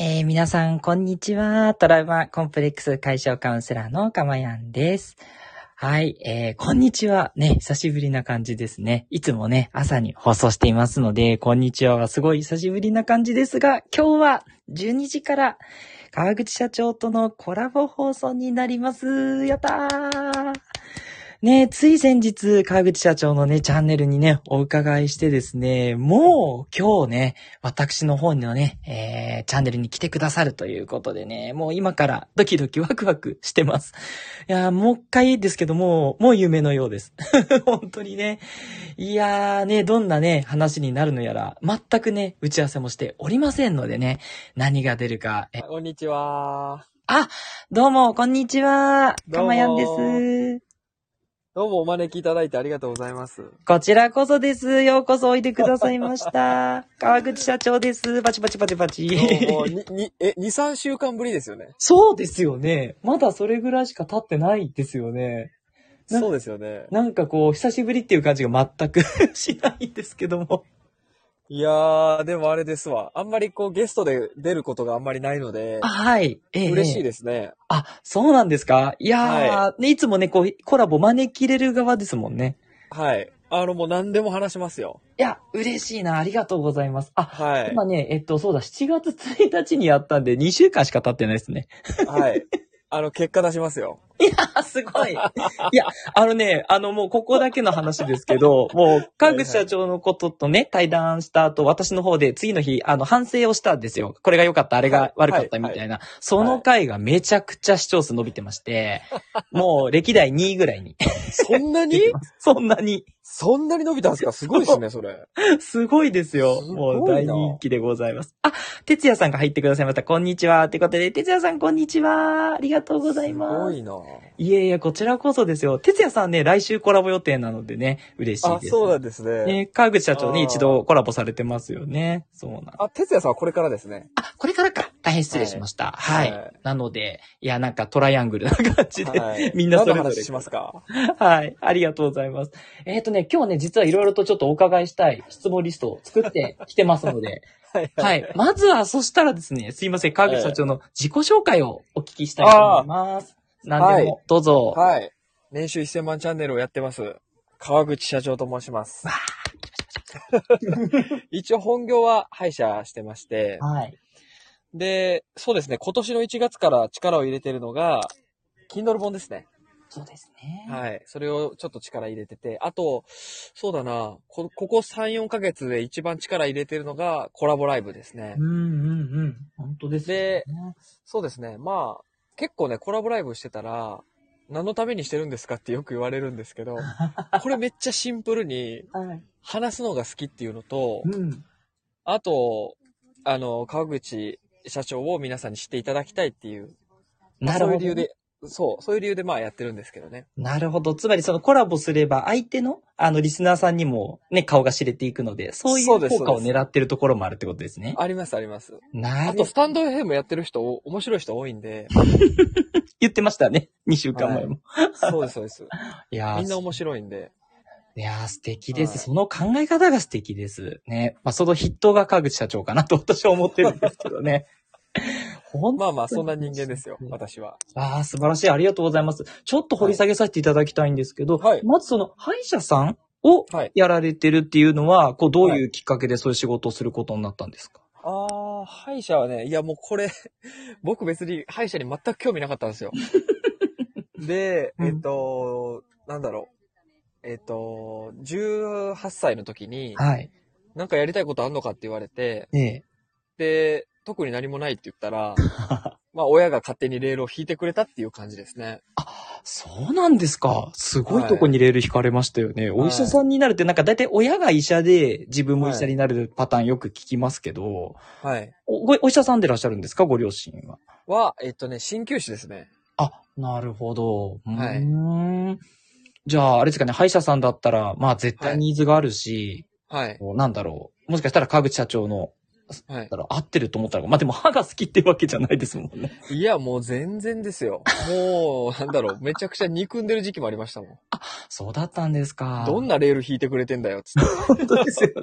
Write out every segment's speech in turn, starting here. えー皆さん、こんにちは。トラウマコンプレックス解消カウンセラーのかまやんです。はい、えーこんにちは。ね、久しぶりな感じですね。いつもね、朝に放送していますので、こんにちははすごい久しぶりな感じですが、今日は12時から川口社長とのコラボ放送になります。やったーねつい先日、川口社長のね、チャンネルにね、お伺いしてですね、もう今日ね、私の方のね、えー、チャンネルに来てくださるということでね、もう今からドキドキワクワクしてます。いやー、もう一回ですけども、もう夢のようです。 本当にね。いやーね、どんなね、話になるのやら、全くね、打ち合わせもしておりませんのでね、何が出るか。えこんにちは。あ、どうも、こんにちは。どかうもまやんです。どうもお招きいただいてありがとうございます。こちらこそです。ようこそおいでくださいま した。川口社長です。バチバチバチバチ。どうも、に、に、え、2、3週間ぶりですよね。 そうですよね。まだそれぐらいしか経ってないですよね。なそうですよね。なんかこう、久しぶりっていう感じが全く しないんですけど も。いやー、でもあれですわ。あんまりこうゲストで出ることがあんまりないので、はい。ええ嬉しいす。ですね。あ、そうなんですかいやー、ね、いつもね、こう、コラボ招き入れる側ですもんね。はい。あの、もう何でも話しますよ。いや、嬉しいな。ありがとうございます。あ、はい。今ね、えっと、そうだ、7月1日にやったんで、2週間しか経ってないですね。はい。あの、結果出しま すよ。あ、すごい。いや、あのね、あのもうここだけの話ですけ ど、もう、川口社長のこととね、対談した後、私の方で次の日、あの、反省をしたんですよ。これが良かった、あれが悪かったみたいな。その回がめちゃくちゃ視聴数伸びてま して、もう歴代2位ぐらいに。そんなに そんなに、そんなに伸びたんですかすごいですね、それ。すごいですよ。すごいなもう大人気でございます。あ、哲也さんが入ってくださいました。こんにちは。ってことで、哲也さんこんにちは。ありがとうございます。すごいな。いえいえ、こちらこそですよ。哲也さんね、来週コラボ予定なのでね、嬉しいあで、す。そうなんですね。ね、川口社長あね、ー一度コラボされてますよね。そうなん。あ、哲也さんはこれからですね。あ、これからか。大変失礼しました。は。はいいなので、いや、なんかトライアングルな感じで。はい。は い。みんなそれぞれ何の話しますかありがとうございます。えっ、とね、今日ね、実はいろいろとちょっとお伺いしたい質問リストを作ってきてますので。 はいはい。まずは、そしたらですね、すいません、川口社長の自己紹介をお聞きしたいと思います。何でも、どうぞ。はい。年収1000万チャンネルをやってます。川口社長と申します。 一応本業は歯医者してまして、はい。で、そうですね、今年の1月から力を入れてるのが、Kindle 本ですね。そうですね。はい。それをちょっと力入れてて、あと、そうだな、こここ3、4ヶ月で一番力入れてるのがコラボライブですねう。んうんうん。本当です、ね。そうですね、まあ、結構ね、コラボライブしてたら、何のためにしてるんですかってよく言われるんです けど、これめっちゃシンプルに、はい。話すのが好きっていうのとう、ん。あと、あの、川口社長を皆さんに知っていただきたいっていう、まあなるほどね、そういう理由で、そう、そういう理由でまあやってるんですけどね。なるほど。つまりそのコラボすれば相手の、あの、リスナーさんにもね、顔が知れていくので、そういうそうです効果をそうです狙ってるところもあるってことですね。ありますあります。なあるほと、スど。タンド FM やってる人、お面白い人多いん で、言ってましたね。2週 間前も。そうですそうです。い、やーみんな面白いんで、いやー素敵です、はいその考え方が素敵です。ね。まあ、その筆頭が川口社長かなと私は思ってるんですけど ね。本まあまあ、そんな人間ですようん、私は。ああ、素晴らしい。ありがとうございます。ちょっと掘り下げさせていただきたいんですけど、はいまずその、歯医者さんをはいやられてるっていうのは、こう、どういうきっかけでそういう仕事をすることになったんですか、あー、歯医者はね、いやもうこれ、 僕別に歯医者に全く興味なかったんで すよ。で、うんえっと、なんだろう。えっと、18歳の時に、はい。なんかやりたいことあんのかって言われて、ええ。で、特に何もないって言っ たら、まあ親が勝手にレールを引いてくれたっていう感じですね。そうなんですか。すごいとこにレール引かれましたよね。はいお医者さんになるって、なんか大体親が医者で自分も医者になるパターンよく聞きますけど、はい。おごお医者さんでいらっしゃるんですかご両親は。は、えっとね、鍼灸師ですね。あ、なるほど。うーはいん。じゃあ、あれですかね、歯医者さんだったら、まあ絶対ニーズがあるし、はい。こうなんだろう。もしかしたら川口社長のはだ。いから合ってると思ったら、まあでも歯が好きってわけじゃないですもんね。いや、もう全然ですよ。もう、なんだろう、めちゃくちゃ憎んでる時期もありましたもん。そうだったんですか。どんなレール引いてくれてんだよ、つって。本当です よね。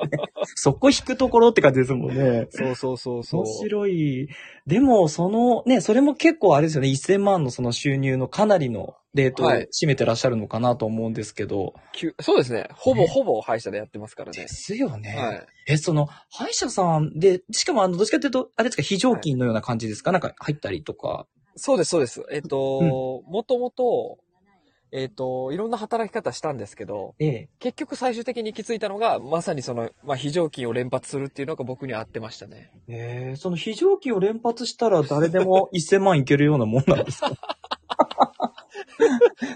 そこ引くところって感じですもんね。そうそうそうそう。面白い。でも、その、ね、それも結構あれですよね、1000万のその収入のかなりのレートをはい占めてらっしゃるのかなと思うんですけど。きゅそうですね。ほぼねほぼ歯医者でやってますからねで。すよね。はい。え、その、歯医者さんで、しかも、あの、どっちかというと、あれですか、非常勤のような感じですか、なんか入ったりとか。そうです、そうです。えっ、と、もともと、えっ、と、いろんな働き方したんですけど、ええ。結局最終的に行き着いたのが、まさにその、まあ、非常勤を連発するっていうのが僕には合ってましたね。ええ、その非常勤を連発したら誰でも1000万いけるようなもんなんですか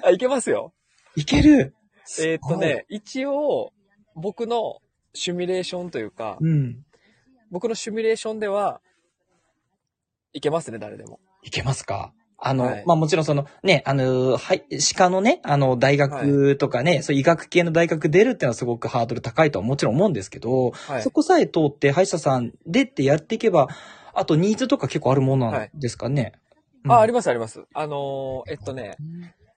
あ、いけますよ。 いけるえっ、と。ね、一応、僕のシミュレーションというか、すごいうん。僕のシミュレーションでは、いけますね、誰でも。いけますかあの、はいまあ、もちろんその、ね、あの、はい、歯科のね、あの、大学とかね、そう医学系の大学出るっていうのはすごくハードル高いとはもちろん思うんですけど、はいそ。こさえ通って歯医者さんでってやっていけば、あとニーズとか結構あるものなんですかね、あ、ありまます、あります。あのーえっとね、す。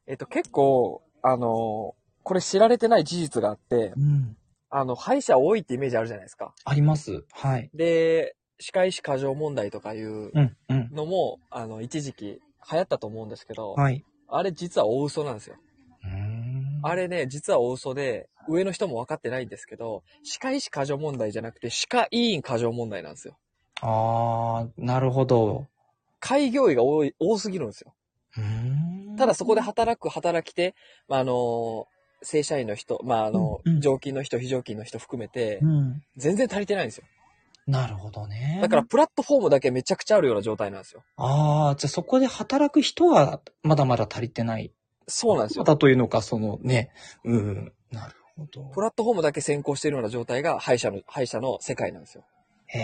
えっと、結構、あのーこれ知られてない事実があって、うん。あの、歯医者多いってイメージあるじゃないですか。あります。はい。で、歯科医師過剰問題とかいううん、うん。のも、あの、一時期流行ったと思うんですけど、はい。あれ実は大嘘なんですよ。うーんあれね、実は大嘘で、上の人も分かってないんですけど、歯科医師過剰問題じゃなくて、歯科医院過剰問題なんですよ。あー、なるほど。開業医が多い、多すぎるんですよ。うーんただそこで、働く、働き手、まあ、あの、正社員の人、まあ、あのうんうん、常勤の人、非常勤の人含めてう、ん。全然足りてないんですよ。なるほどね。だから、プラットフォームだけめちゃくちゃあるような状態なんですよ。ああ、じゃあそこで働く人はまだまだ足りてない。そうなんですま。よだというのか、そのね。うん。なるほど。プラットフォームだけ先行しているような状態が歯医者の、歯医者の世界なんですよ。へ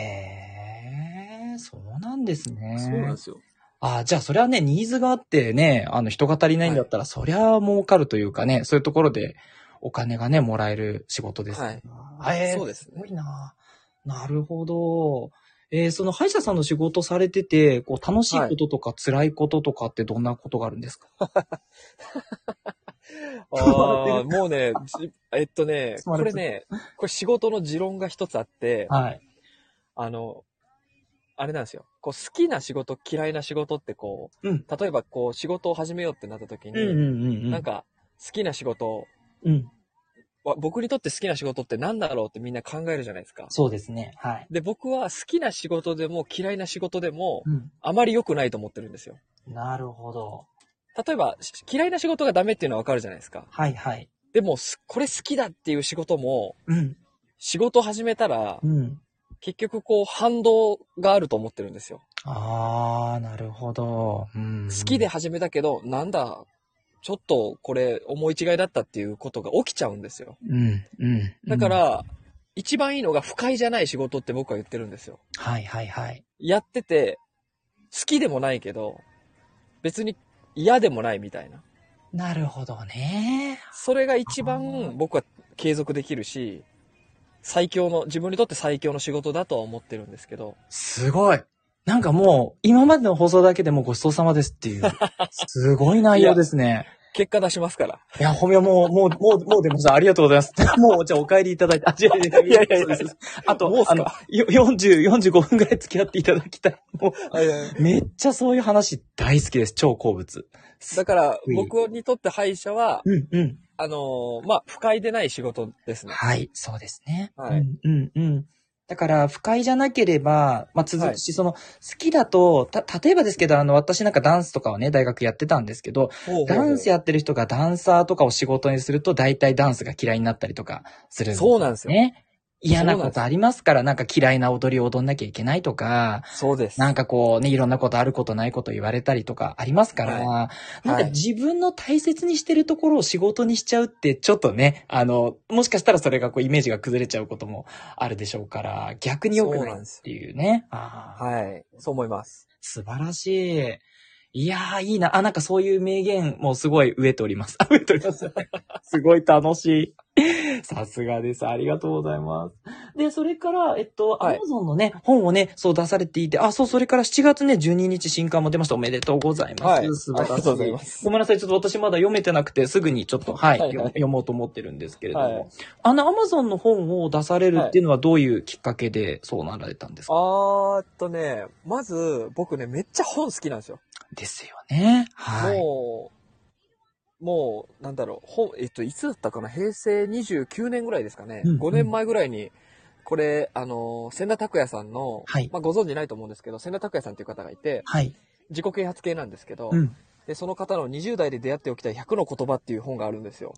え、そうなんですね。すよ。ああ、じゃあそれはね、ニーズがあってね、あの人が足りないんだったら、そりゃ儲かるというかね、そういうところでお金がね、もらえる仕事ですから。はいそうですすねごいな。なるほど。えー、その歯医者さんの仕事されてて、こう楽しいこととか辛いこととかってどんなことがあるんですか、ああ、 もうね、じえっとね、つまこられれてるね、これ仕事の持論が一つあって、はい。あの、あれなんですよ。こう好きな仕事、嫌いな仕事ってこう、うん例えばこう仕事を始めようってなった時に、うんうんなん、か好きな仕事うん。は、僕にとって好きな仕事って何だろうってみんな考えるじゃないですか。そうですね。はい。で、僕は好きな仕事でも嫌いな仕事でもうん。あまり良くないと思ってるんですよ。なるほど。例えば、し嫌いな仕事がダメっていうのはわかるじゃないですか。はいはい。でも、すこれ好きだっていう仕事も、うん。仕事を始めたら、うん。結局こう反動があると思ってるんですよ。あー、なるほど。うん。好きで。始めたけど、なんだ、ちょっとこれ思い違いだったっていうことが起きちゃうんですよ。うん。うん。だか、ら、一番いいのが不快じゃない仕事って僕は言ってるんですよ。はいはいはい。やってて、好きでもないけど、別に嫌でもないみたいな。なるほどね。それが一あー番僕は継続できるし、最強の、自分にとって最強の仕事だとは思ってるんですけど、すごい。なんかもう、今までの放送だけでもうごちそうさまですって いう、すごい内容ですね。結果出しますから。いや、褒めはもう、もう、もう、もう出ました。ありがとうございます。 もう、じゃあお帰りいただいて。あ、違う違う違ういやいやいやそうですそうですあもうとっ、すあかの、よ40、45分ぐらい付き合っていただきたい。もう、めっちゃそういう話大好きです。超好物。だからうん僕にとって歯医者は、うんうん。あのーまあ、不快でない仕事ですね。はい、そうですね。はういんうんうん。だから、不快じゃなければ、まあ、続くし、その、好きだと、た、例えばですけど、あの、私なんかダンスとかはね、大学やってたんですけど、ほうほうほうダンスやってる人がダンサーとかを仕事にすると、大体ダンスが嫌いになったりとかするんですそうなんですよ。ね。嫌なそうこなんですとありますから、なんか嫌いな踊りを踊んなきゃいけないとか、そうです。なんかこうね、いろんなことあることないこと言われたりとかありますから、はなんか自分の大切にしてるところを仕事にしちゃうって、ちょっとね、あの、もしかしたらそれがこうイメージが崩れちゃうこともあるでしょうから、逆に良くそうなないんっですていうね。あーはい。そう思います。素晴らしい。いやー、いい な。あ、なんかそういう名言もすごい植えております。あ、植えております。すごい楽しい。さすがです。ありがとうございます。で、それから、えっと、はい Amazon のね、本をね、そう出されていて、あ、そう、それから7月ね、12日新刊も出ました。おめでとうございます。はい素晴らしありがとうございますごめんなさい。ちょっと私まだ読めてなくて、すぐにちょっと、はい、はいはいよ読もうと思ってるんですけれども。はいあの、Amazon の本を出されるっていうのはどういうきっかけでそうなられたんですか、あーっとね、まず、僕ね、めっちゃ本好きなんですよ。ですよね。はい。もう、もう、なんだろう、本、えっと、いつだったかな平成29年ぐらいですかね。うんうん5年前ぐらいに、これ、あの、千田拓也さんの、はいまあ、ご存知ないと思うんですけど、千田拓也さんっていう方がいて、はい。自己啓発系なんですけど、うん。で、その方の20代で出会っておきたい100の言葉っていう本があるんですよ。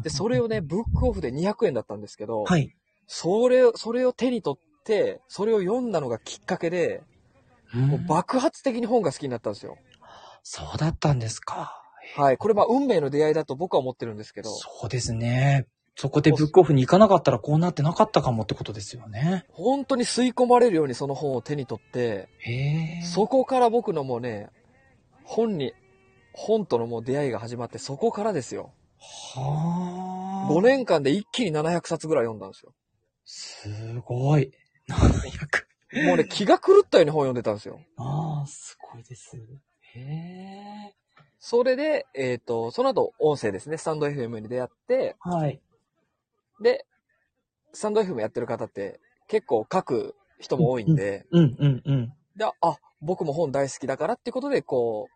あで、それをね、ブックオフで200円だったんですけど、あ。はい。それを、それを手に取って、それを読んだのがきっかけで、もう爆発的に本が好きになったんですよ。そうだったんですか。はい。これまあ運命の出会いだと僕は思ってるんですけど、そうですね。そこでブックオフに行かなかったらこうなってなかったかもってことですよね。本当に吸い込まれるようにその本を手に取って、へえ。そこから僕のもうね、本に、本とのもう出会いが始まって、そこからですよ。はあ。 5年間で一気に700冊ぐらい読んだんですよ。すごい。700。もうね、気が狂ったように本読んでたんですよ。ああ、すごいです。へえ。それで、えっ、と、その後、音声ですね、スタンド FM に出会って、はい。で、スタンド FM やってる方って結構書く人も多いんで、うんうんうん。で、あ、僕も本大好きだからっていうことで、こう、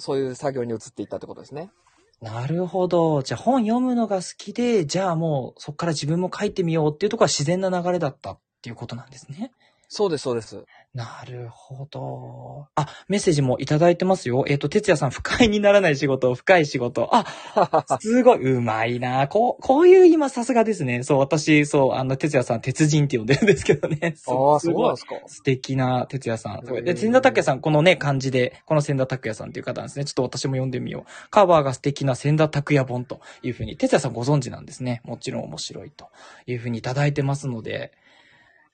そういう作業に移っていったってことですね。なるほど。じゃあ本読むのが好きで、じゃあもうそこから自分も書いてみようっていうところは自然な流れだったっていうことなんですね。そうです、そうです。なるほど。あ、メッセージもいただいてますよ。えっ、と、哲也さん、不快にならない仕事、深い仕事。 あ、すごい、うまいな。こう、こういう今、さすがですね。そう、私、そう、あの、哲也さん、鉄人って呼んでるんですけどね。すああ、すそうごないんですか。素敵な哲也さん。すごいで、へー千田拓也さん、このね、漢字で、この千田拓也さんっていう方なんですね。ちょっと私も読んでみよう。カバーが素敵な千田拓也本というふうに、哲也さんご存知なんですね。もちろん面白いというふうにいただいてますので。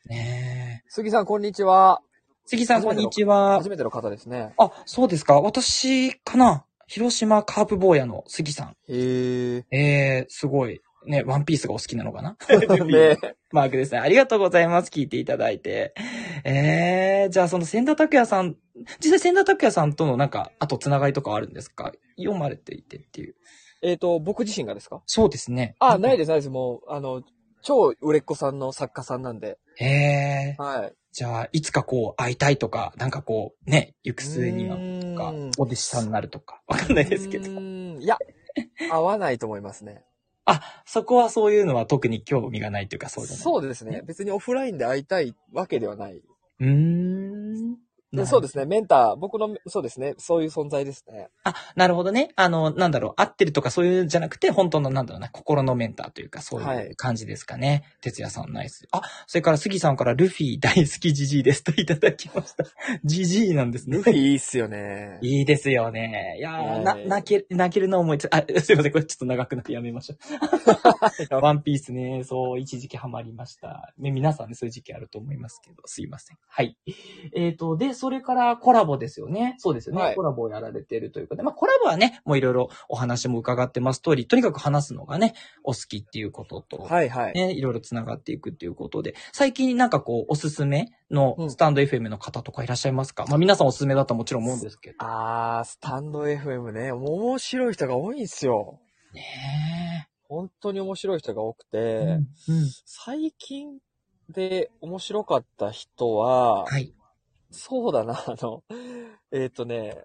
ねえ。杉さん、こんにちは。杉さん、こんにちは。初めての方ですね。あ、そうですか。私かな。広島カープ坊やの杉さん。へえ。えー、すごい。ね、ワンピースがお好きなのかなね マークですね。ありがとうございます。聞いていただいて。えー、じゃあその千田拓也さん、実際千田拓也さんとのなんか、あとつながりとかあるんですか読まれていてっていう。えっと、僕自身がですかそうですね。あ、ないでです、ないです。もう、あの、超売れっ子さんの作家さんなんで。す。えー、はい。じゃあいつかこう会いたいとか、なんかこう、ね、行く末にはうとーんか、お弟子さんになるとか、わかんないですけどう。ーんいや、合わないと思いますね。あ、そこはそういうのは特に興味がないというか、そうじゃない。そうですね。別にオフラインで会いたいわけではない。うーん。。でそうですすね。メンター、僕の、そうですね。そういう存在ですね。あ、なるほどね。あの、なんだろう、合ってるとかそういうんじゃなくて、本当のなんだろうな、心のメンターというか、そうはいうい感じですかね。哲也さんナイス。あ、それから杉さんからルフィ大好きジジイですといただきました。ジジイなんですねル。フィ いいっすよね。いいですよね。いやー、はいな、泣ける、泣けるの思いつ、あ、 すいません、これちょっと長くなってやめましょ う。ワンピースね、そう、一時期ハマりました。ね、皆さんね、そういう時期あると思いますけど、すいません。はい。えっ、と、で、それからコラボですよね。そうですよね。はいコラボをやられてるということで、まあ、コラボはね、もういろいろお話も伺ってます通り、とにかく話すのがね、お好きっていうことと、はいはい。ね、いろいろ繋がっていくっていうことで、最近なんかこう、おすすめうのんスタンド FM の方とかいらっしゃいますか、まあ皆さんおすすめだとはもちろん思うんですけど。あー、スタンド FM ね。面白い人が多いんすよ。ね本当に面白い人が多くて、え。うんうん最近で面白かった人は、はい。そうだな、あの、えっ、とね、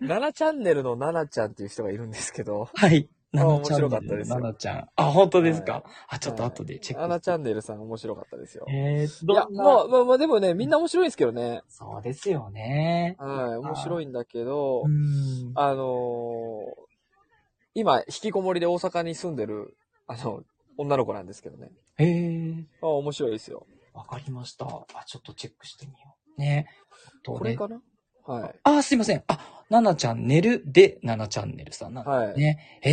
ナナチャンネルのナナちゃんっていう人がいるんですけど、はい。あ面ナナちゃん白かったですよナナちゃん。あ、本当ですか、はあ、ちょっと後でチェック。ナナチャンネルさん面白かったですよ。えー、いや、どんなまあまあまあでもね、みんな面白いんですけどね。そうですよね。はい、面白いんだけどう、ん。あのー今、引きこもりで大阪に住んでる、あの、女の子なんですけどね。えー、あ面白いですよ。わかりました。あ、ちょっとチェックしてみよう。ね。とねこれかなはい。あ、すいません。あ、ナナちゃん寝るで、ナナチャンネルさんなんはい。ね。へ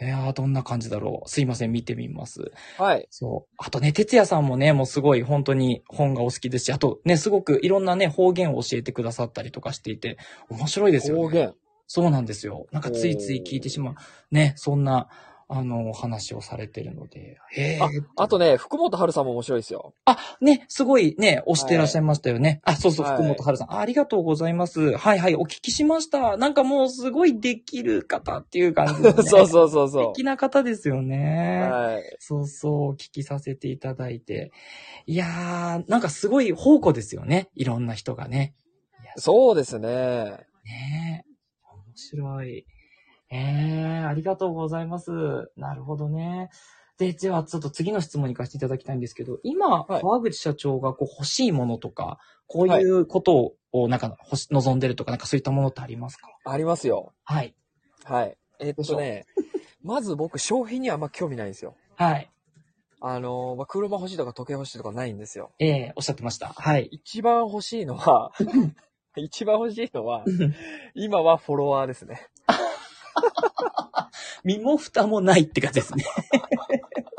え。いやー、どんな感じだろう。すいません、見てみます。はい。そう。あとね、哲也さんもね、もうすごい本当に本がお好きですし、あとね、すごくいろんなね、方言を教えてくださったりとかしていて、面白いですよ、ね。方言。そうなんですよ。なんかついつい聞いてしまう。ね、そんなあの、お話をされてるので。へえ。あ、あとね、福本春さんも面白いですよ。ね、すごいね、押してらっしゃいましたよね。あ、そうそう、はい。福本春さん、あ。ありがとうございます。はいはい、お聞きしました。なんかもうすごいできる方っていう感じで、ね そうう。そうそう素そ敵な方ですよう。ね。はい。そうそう、お聞きさせていただいて。いやー、なんかすごい宝庫ですよね。いろんな人がね。いやそうですね。ねえ。面白い。ええありがとうございます。なるほどね。で、では、ちょっと次の質問に行かせていただきたいんですけど、今、はい川口社長がこう欲しいものとか、こういうことを、なんか、欲し望んでるとか、なんかそういったものってありますかありますよ。はい。はい。えっとね、まず僕、商品にはあんま興味ないんですよ。はい。あの、まあ、車欲しいとか時計欲しいとかないんですよ。ええおっしゃってました。はい。一番欲しいの は、一番欲しいのは、今はフォロワーですね。身も蓋もないって感じで すね。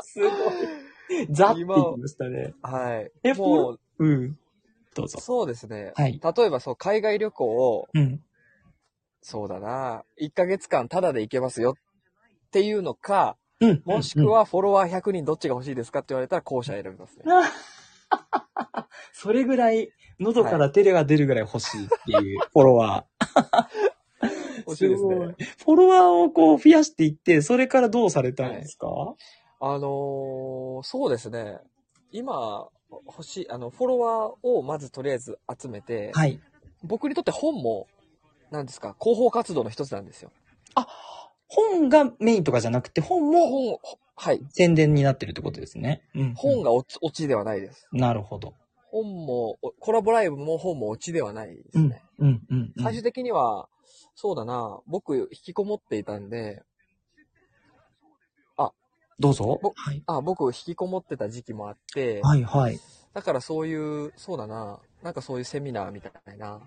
すごい。ザって言いましたね。はい。えもう、うん。どうぞ。そうですね。はい。例えばそう、海外旅行を、うん。そうだな、1ヶ月間タダで行けますよっていうのか、うん。もしくはフォロワー100人どっちが欲しいですかって言われたら後者選びますね。それぐらい、喉からテレが出るぐらい欲しいっていうフォロワー。欲しい ですすごね。い。フォロワーをこう増やしていって、それからどうされたんですか、あのー、そうですね。今、欲しい、あの、フォロワーをまずとりあえず集めて、はい、僕にとって本も、なんですか、広報活動の一つなんですよ。本がメインとかじゃなくて、本も本を、はい。宣伝になってるってことですね。うん。本が落ち落ちではないです。なるほど。本も、おコラボライブも本も落ちではないですうんね。。うん。うん。最終的には、そうだな、僕、引きこもっていたんで、どうぞ。ぼはい。あ、僕、引きこもってた時期もあって、はい、はい。だからそういう、そうだな、なんかそういうセミナーみたいな、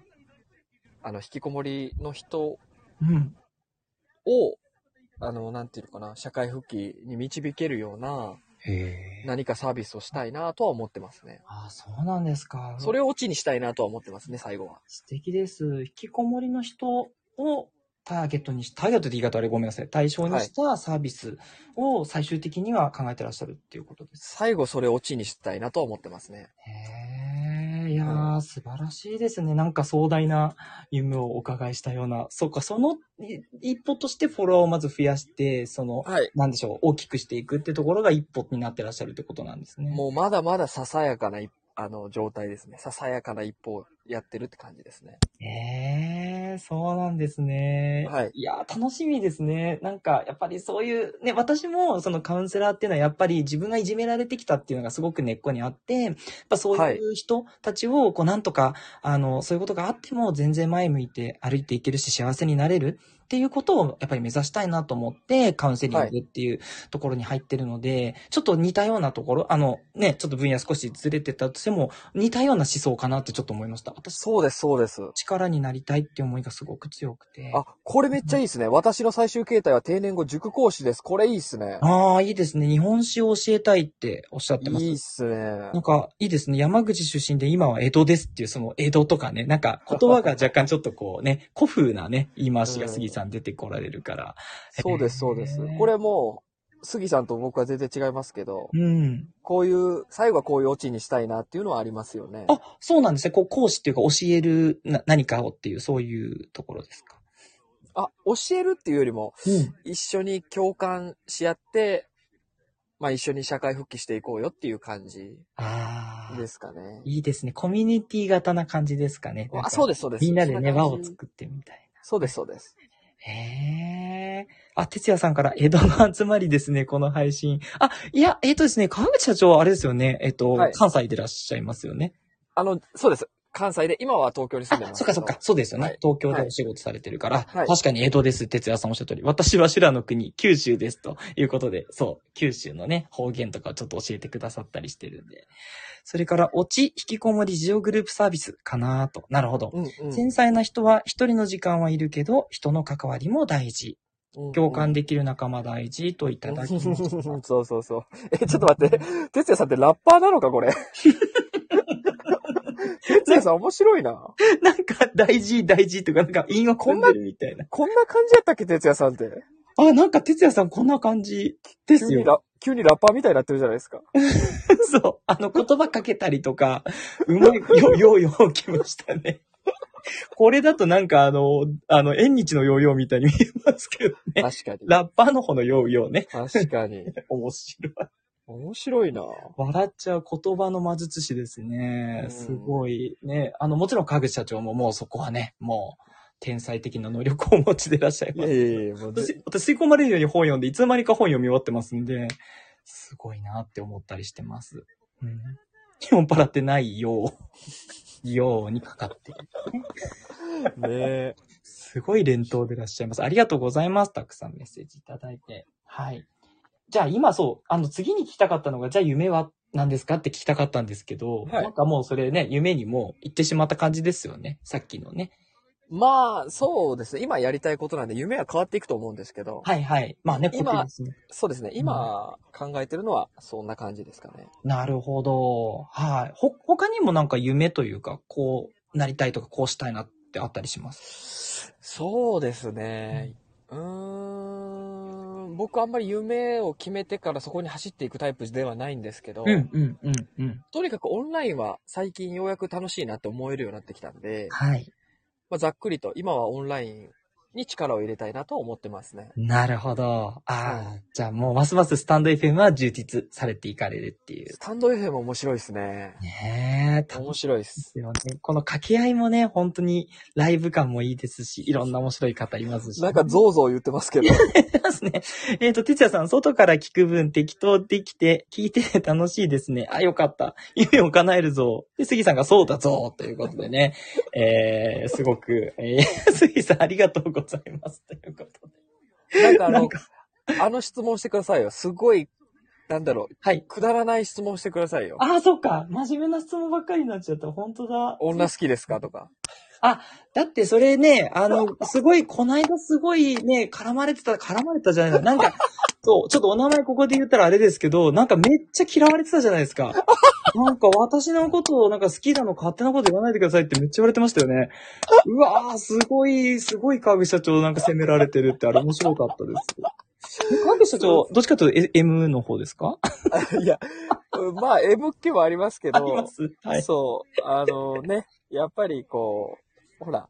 あの、引きこもりの人うん。を、あの、なんていうのかな、社会復帰に導けるような、へえ。何かサービスをしたいなとは思ってますね。あ、そうなんですか。それをオチにしたいなとは思ってますね、最後は。素敵です。引きこもりの人をターゲットにし、ターゲットって言い方あれごめんなさい。対象にしたサービスを最終的には考えてらっしゃるっていうことです。最後それをオチにしたいなとは思ってますね。へえ、いやー、素晴らしいですね。なんか壮大な夢をお伺いしたような。そうか、そのい一歩としてフォロワーをまず増やして、その、はい。なんでしょう、大きくしていくってところが一歩になってらっしゃるってことなんですね。もうまだまだささやかな一、あの、状態ですね。ささやかな一歩をやってるって感じですね。ええそうなんですね。はいやー、楽しみですね。なんか、やっぱりそういう、ね、私も、そのカウンセラーっていうのは、やっぱり自分がいじめられてきたっていうのがすごく根っこにあって、やっぱそうはいいう人たちを、こう、なんとか、あの、そういうことがあっても、全然前向いて歩いていけるし、幸せになれるっていうことを、やっぱり目指したいなと思って、カウンセリングっていうところに入ってるので、ちょっと似たようなところ、あの、ね、ちょっと分野少しずれてたとしても、似たような思想かなってちょっと思いました。私そうです、そうです。力になりたいって思いがすごく強くて。あ、これめっちゃいいですね。私の最終形態は定年後塾講師です。これいいっすね。ああ、いいですね。日本史を教えたいっておっしゃってます。いいっす ねな。んか、いいですね。山口出身で今は江戸ですっていう、その江戸とかね、なんか言葉が若干ちょっとこうね、古風なね、言い回しが杉さん出てこられるから。そうです、そうですへー。これもう、杉さんと僕は全然違いますけど、うん。こういう、最後はこういうオチにしたいなっていうのはありますよね。あ、そうなんですね。こう、講師っていうか教えるな何かをっていう、そういうところですか。あ、教えるっていうよりも、うん。一緒に共感し合って、まあ一緒に社会復帰していこうよっていう感じああで、すかね。いいですね。コミュニティ型な感じですかね。あ、そうでです、そうです。みんなでね、そ輪感をじ作ってみたいな。そうです、そうです。へえ。あ、哲也さんから江戸の集まりですね、この配信。あ、いや、えっ、とですね、川口社長はあれですよね、えっ、と、はい関西でいらっしゃいますよね。あの、そうです。関西で、今は東京に住んであ、ます。そっかそっか、。そうですよね。はい東京でお仕事されてるから、はい確かに江戸です、哲也さんおっしゃる通り。私は修羅の国、九州です、ということで、そう、九州のね、方言とかをちょっと教えてくださったりしてるんで。それから、オチ、引きこもり事情グループサービスかなと。なるほど。うん、繊細な人は一人の時間はいるけど、人の関わりも大事。うん。共感できる仲間大事といただきました。そうそうそう。え、ちょっと待って。哲也さんってラッパーなのか、これ。 哲也さん面白いな。なんか大事大事とか、なんか韻をこんなみたいな。こんな感じやったっけ、哲也さんって。あ、なんか、哲也さんこんな感じ です急によ。ラ、急にラッパーみたいになってるじゃないですか。そう。あの、言葉かけたりとか、うまい、よ、ようよう来ましたね。これだとなんかあの、あの、縁日のヨーヨーみたいに見えますけどね。確かに。ラッパーの方のヨーヨーね。確かに。面白い。面白いな笑っちゃう言葉の魔術師ですねう。んすごい。ね。あの、もちろん、川口社長ももうそこはね、もう、天才的な能力をお持ちでいらっしゃいいまやす。いやいや、もうぜ私、私吸い込まれるように本読んで、いつの間にか本読み終わってますんで、すごいなって思ったりしてます。うん。酔っ払ってないよう、 ようにかかってる。ねえ。すごい連投でいらっしゃいます。ありがとうございます。たくさんメッセージいただいて。はい。じゃあ今そう、あの次に聞きたかったのが、じゃあ夢は何ですかって聞きたかったんですけど、はいなんかもうそれね、夢にもう行ってしまった感じですよね。さっきのね。 まあ、そうですね。今やりたいことなんで、夢は変わっていくと思うんですけど、はいはい。まあね、今ここですね。そうですね。今、考えてるのは、そんな感じですかね。なるほど。はい。ほ、他にもなんか夢というか、こうなりたいとか、こうしたいなってあったりします。そうですね。うーん。僕あんまり夢を決めてからそこに走っていくタイプではないんですけど、うん、うん、うん、うん。とにかくオンラインは最近ようやく楽しいなって思えるようになってきたんで、はい。まあ、ざっくりと今はオンラインに力を入れたいなと思ってますね。なるほど。ああ、じゃあもうますますスタンド FM は充実されていかれるっていうス。タンド FM 面白いですね。ねえ、楽しい面白いです。ですよね。この掛け合いもね、本当にライブ感もいいですし、いろんな面白い方いますし。 なんかゾウゾウ言ってますけど。ますね。えっ、と、てつやさん、外から聞く分適当できて、聞いてて楽しいですね。あ、よかった。夢を叶えるぞ。で、杉さんがそうだぞということでね。えー、すごく、えー、 杉さんありがとうございます。ということで。 なんかあなんの、あの質問してくださいよ。すごい、なんだろう、はい。くだらない質問してくださいよ。ああ、そっか。真面目な質問ばっかりになっちゃった。本当だ。女好きですかとか。だってそれね、あの、すごい、こないだすごいね、絡まれてた、絡まれてたじゃないですか。なん か、そう、ちょっとお名前ここで言ったらあれですけど、なんかめっちゃ嫌われてたじゃないですか。なんか私のことをなんか好きなの勝手なこと言わないでくださいってめっちゃ言われてましたよね。うわー、すごい、すごい川口社長なんか責められてるってあれ面白かったです。川口社長、どっちかというと M の方ですかいや、うんまあ、M っ気もありますけあど、ります。はい。そう、あのね、やっぱりこう、ほら、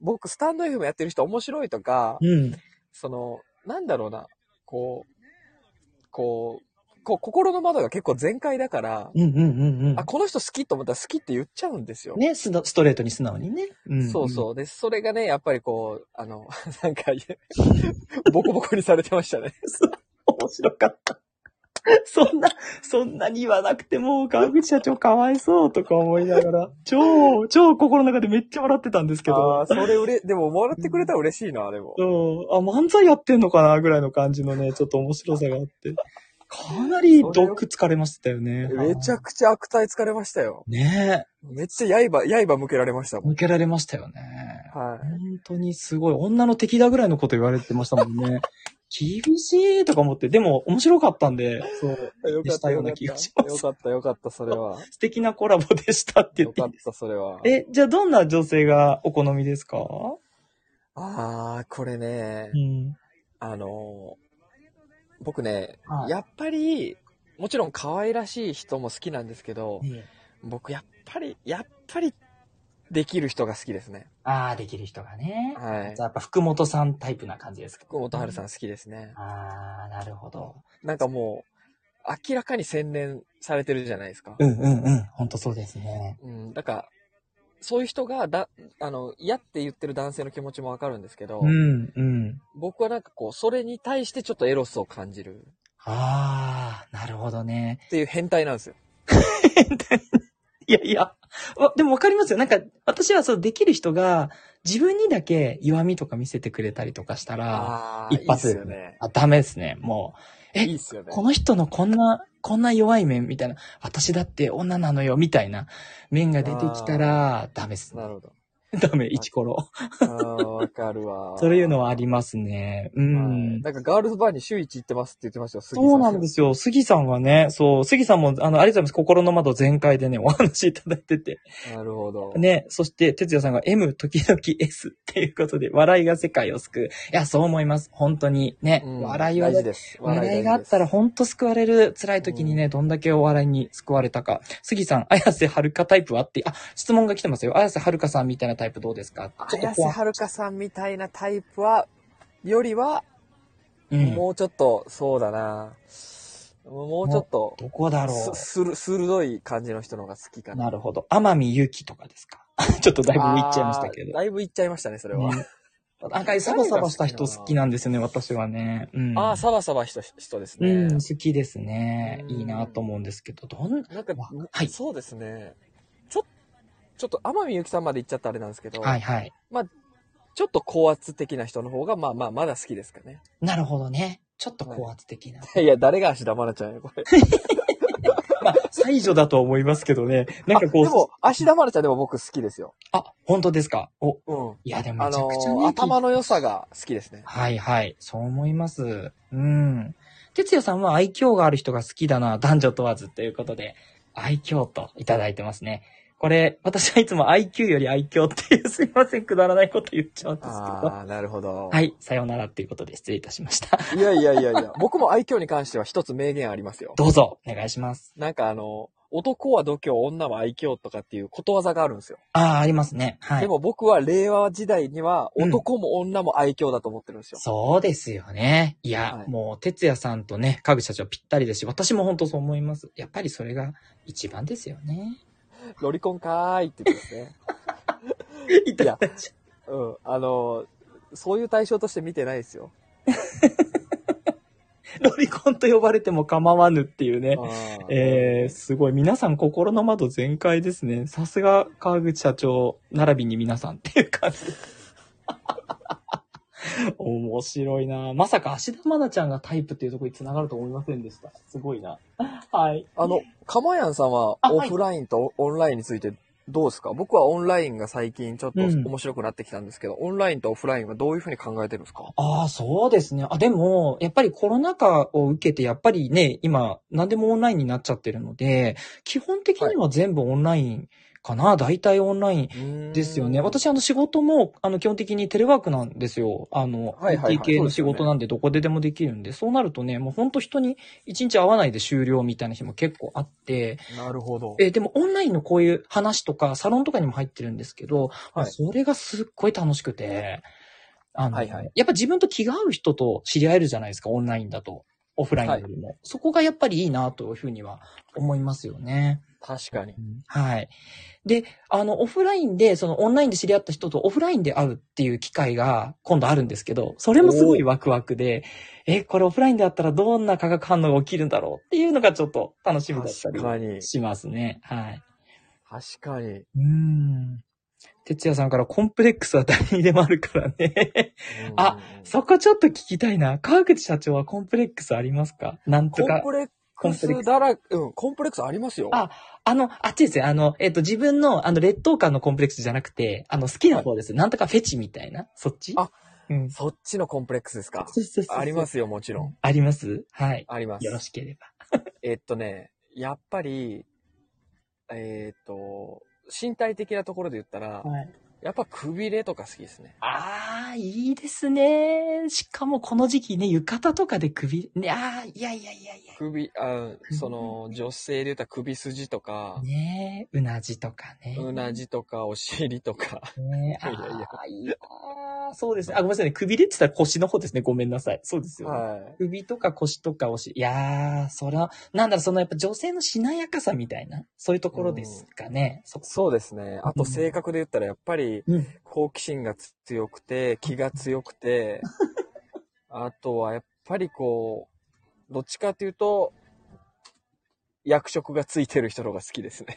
僕、スタンド FM やってる人面白いとか、うん。その、なんだろうな、こう、こう、こう心の窓が結構全開だから、うんうんうんあ、この人好きと思ったら好きって言っちゃうんですよ。うん。ね、ストストレートに素直にね。うんそうそう。で、それがね、やっぱりこう、あの、 なんか、ボコボコにされてましたね。面白かった。 そんな、そんなに言わなくても、川口社長かわいそうとか思いなが ら、超、超心の中でめっちゃ笑ってたんです けあどあ、、それうれ、でも、もらってくれたら嬉しいな、でも。そう、あ、漫才やってんのかなぐらいの感じのね、ちょっと面白さがあって、かなり毒疲れましたよね。めちゃくちゃ悪態疲れましたよ。ねめっちゃ刃、刃向けられましたえ、もん。向けられましたよね。はい。本当にすごい、女の敵だぐらいのこと言われてましたもん ね。厳しいとか思って、でも面白かったんで、そう、よかしったた、ようよなかっ。気がしたよかった、よかった、そ れは。素敵なコラボでしたって言よってかった、それは。え、じゃあどんな女性がお好みですかああ、これねう、ん。あのー、僕ね、はいやっぱり、もちろん可愛らしい人も好きなんですけど、僕やっぱり、やっぱり、できる人が好きですね。ああ、できる人がね。はいじゃ。あやっぱ福本さんタイプな感じですか福本春さん。ん好きですね。ああ、なるほど。なんかもう、明らかに洗練されてるじゃないですか。うんうんうん。ほんとそうですね。うん。だから、そういう人が、だ、あの、嫌って言ってる男性の気持ちもわかるんですけど、うんうん。僕はなんかこう、それに対してちょっとエロスを感じるああ、なるほどね。っていう変態なんですよ。 いやいや。わでもわかりますよ。なんか、私はそう、できる人が、自分にだけ弱みとか見せてくれたりとかしたら、あー一発いいっすよね。あ、ダメですね。もう、えいいっすよね。この人のこんな、こんな弱い面みたいな、私だって女なのよみたいな面が出てきたらダメですねな。るほど。ダメ、イチコロ。あーわかるわ。 そういうのはありますね。うはいん。なんかガールズバーに週一行ってますって言ってましたよ、杉。そうなんですすよ。杉さんはね、そう、杉さんも、あの、ありがとうございます。心の窓全開でね、お話いただいてて。なるほど。ね、そして、哲也さんが M 時々 S っていうことで、笑いが世界を救う。いや、そう思います。本当に。ね、うん笑いは大事です。笑いがあったらほん本当救われる辛い時にね、どんだけお笑いに救われたか。杉さん、綾瀬はるかタイプはって、あ、質問が来てますよ。綾瀬はるかさんみたいなタイプどうですかちょっと綾瀬怖い。はるかさんみたいなタイプは、よりは、うん。もうちょっと、そうだな。もうちょっと、どこだろす、う。する、鋭い感じの人の方が好きかな。なるほど。天海祐希とか ですかちょっとだいぶ言っちゃいましたけあーど。だいぶいっちゃいましたね、それは。ねなんかサバサバした人好きなんですよね、私はね。うん。ああ、サバサバした人ですね。うん、好きですね。うんいいなと思うんですけど、どん、なんか、はいそうですね。ちょ、ちょっと天海祐希さんまで行っちゃったあれなんですけど、はいはい。ちょっと高圧的な人の方が、まあまあ、まだ好きですか ね。なるほどね。ちょっと高圧的 な。いや、誰が足田愛菜ちゃんや、これ。まあ、最女だとは思いますけどね。なんかこう、あでも、足田愛菜ちゃんでも僕好きですよ。あ、本当ですかお、うん。いや、でもあめちゃのくちゃーね、頭の良さが好きですね。はいはい。そう思います。うん。哲也さんは愛嬌がある人が好きだな、男女問わずということで、愛嬌といただいてますね。これ、私はいつも IQ より愛嬌っていう、すいません、くだらないこと言っちゃうんですけど。ああ、なるほど。は。い、さようならっていうことで失礼いたしました。いやいやいやいや、僕も愛嬌に関しては一つ名言ありますよ。どうぞ、お願いします。なんかあの、男は度胸、女は愛嬌とかっていうことわざがあるんですよ。ああ、ありますね。はいで。も僕は令和時代にはうん男も女も愛嬌だと思ってるんですよ。そうですよね。いや、はいもう、哲也さんとね、家具社長ぴったりですし、私も本当そう思います。やっぱりそれが一番ですよね。ロリコンかーいって言ってますね。 いただいちゃうん。あの、そういう対象として見てないですよ。うロリコンと呼ばれても構わぬっていうね。えー、すごい。皆さん心の窓全開ですね。さすが川口社長、並びに皆さんっていう 感じ。面白いなまさか芦田愛菜ちゃんがタイプっていうところに繋がると思いませんでした。すごいな。はい。あの、かまやんさんはあオはいフラインとオンラインについてどうですか、僕はオンラインが最近ちょっとうん面白くなってきたんですけど、オンラインとオフラインはどういうふうに考えてるんですかああ、そうですね。あ、でも、やっぱりコロナ禍を受けて、やっぱりね、今、何でもオンラインになっちゃってるので、基本的には全部オンラインかな。大体オンラインですよね。、私、あの、仕事も、あの、基本的にテレワークなんですよ。あの、はいはいはい IT 系そうのです仕よね事なんで、どこででもできるんで、そうなるとね、もう本当人に一日会わないで終了みたいな日も結構あって、なるほど。えー、でもオンラインのこういう話とか、サロンとかにも入ってるんですけど、まあはいそれがすっごい楽しくて、あの、はいはいやっぱ自分と気が合う人と知り合えるじゃないですか、オンラインだと。オフラインよりも。そこがやっぱりいいなというふうには思いますよね。確かに。はい。で、あの、オフラインで、そのオンラインで知り合った人とオフラインで会うっていう機会が今度あるんですけど、それもすごいワクワクで、え、これオフラインで会ったらどんな化学反応が起きるんだろうっていうのがちょっと楽しみだったり確。かに。しますね。はい。確かに。うん。哲也さんからコンプレックスは誰にでもあるから ね。あうんそこちょっと聞きたいな。川口社長はコンプレックスありますかなんコとンか。プレッコクンプレックスだら、うん、コンプレックスありますよ。ああの、あっちですよ。あの、えっ、と、自分の、あの、劣等感のコンプレックスじゃなくて、あの、好きな方です。なんとかフェチみたいな。そっちあ、うん。そっちのコンプレックスですか。そうそうそう。ありますすよ、もちろん。ありますはい。ありますよ。ろしければ。えっとね、やっぱり、えーっと、身体的なところで言ったら、はい。やっぱくびれとか好きですね。あー、いいですね。しかもこの時期ね、浴衣とかで首、ね、あー、いやいやいやいや。首、あその、女性で言ったら首筋とか、ねえ、うなじとかね。うなじとか、お尻と か。ねえ、あいやいやあ、いやーそうですね。あ、ごめんなさいね。くびれって言ったら腰の方ですね。ごめんなさい。そうですよ、ねはい。首とか腰とかお尻。いやー、そら、なんだろう、そのやっぱ女性のしなやかさみたいな、そういうところですかね。そこ。そうですね。あと性格で言ったら、やっぱり、うん。好奇心が強くて、気が強 くて、あとはやっぱりこう、どっちかっていうと、役職がついてる人の方が好きですね。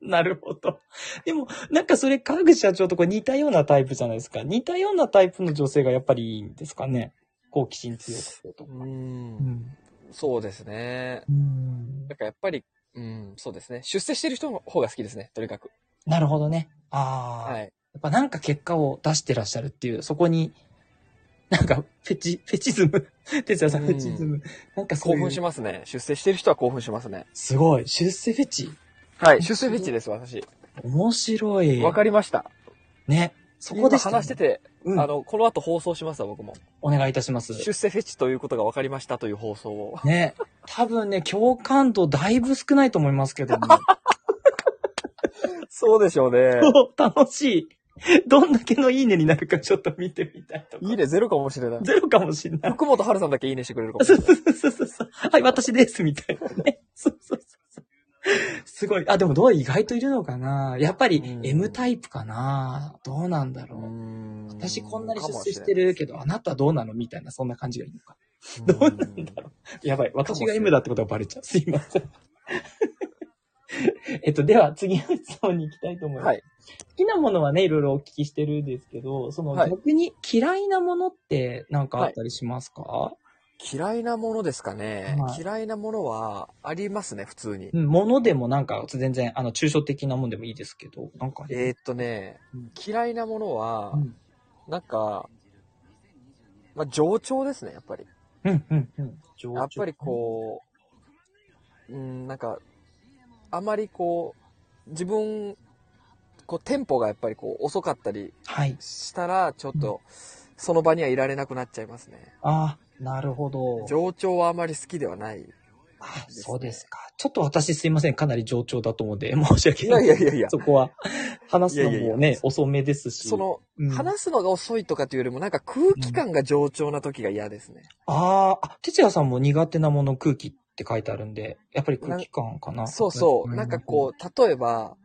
なるほど。でも、なんかそれ、川口社長とこれ似たようなタイプじゃないですか。似たようなタイプの女性がやっぱりいいんですかね。好奇心強くてとうか。ー。うんん。そうですね。うんなんかやっぱり、うん、そうですね。出世してる人の方が好きですね、とにかく。なるほどね。ああ、はやい。っぱなんか結果を出してらっしゃるっていう、そこに、なんか、フェチ、フェチズム、 哲也さんうんフェチズム。なんかそう興いう奮しますね。出世してる人は興奮しますね。すごい。出世フェチはい。出世フェチです、私。面白い。わかりました。ね。そこでした今ね、話してて、うんあの、この後放送しますわ、僕も。お願いいたします。出世フェチということが分かりましたという放 送を。ね。多分ね、共感度だいぶ少ないと思いますけど も。そうでしょうねそう楽しい。どんだけのいいねになるかちょっと見てみたいとか。いいね、ゼロかもし れない。ゼロかもしんない。福本春さんだけいいねしてくれるかもしそれうない。そうそうそうそう。はい、私です、みたいなね。そうそうそうそう。すごい。あ、でもどう意外といるのかなやっぱりうん M タイプかなどうなんだろう。私こんなに出世してるけど、あなたどうなのみたいな、そんな感じがいいのか。どうなんだろう。やばい。私が M だってことがバレちゃう。すいません。 えっと、では次の質問に行きたいと思います。はい好きなものはね、いろいろお聞きしてるんですけど、そのはい逆に嫌いなものってなんかあったりしますか、嫌いなものですかね、はい嫌いなものはありますね、普通に。うん、ものでもなんか全然、あの、抽象的なもんでもいいですけど、なんかあります、えーっとねうん、嫌いなものはう、んなんか、まあ、冗長ですね、やっぱり。うん、うん、うん。やっぱりこう、うん、なんか、あまりこう、自分、こう、テンポがやっぱりこう、遅かったりう。はい。したら、ちょっと、その場にはいられなくなっちゃいますね。ああ、なるほど。上長はあまり好きではない。あそうですか。ちょっと私すいません。かなり冗長だと思うんで、 申し訳いなやい。いやいやい や、そこは。話すのいやもいやいねや、遅めですし。その、うん、話すのが遅いとかというよりも、なんか空気感が上長な時が嫌ですね。あーあ、哲也さんも苦手なもの空気って書いてあるんで、やっぱり空気感かな。そうそう。なんかこう、例えば、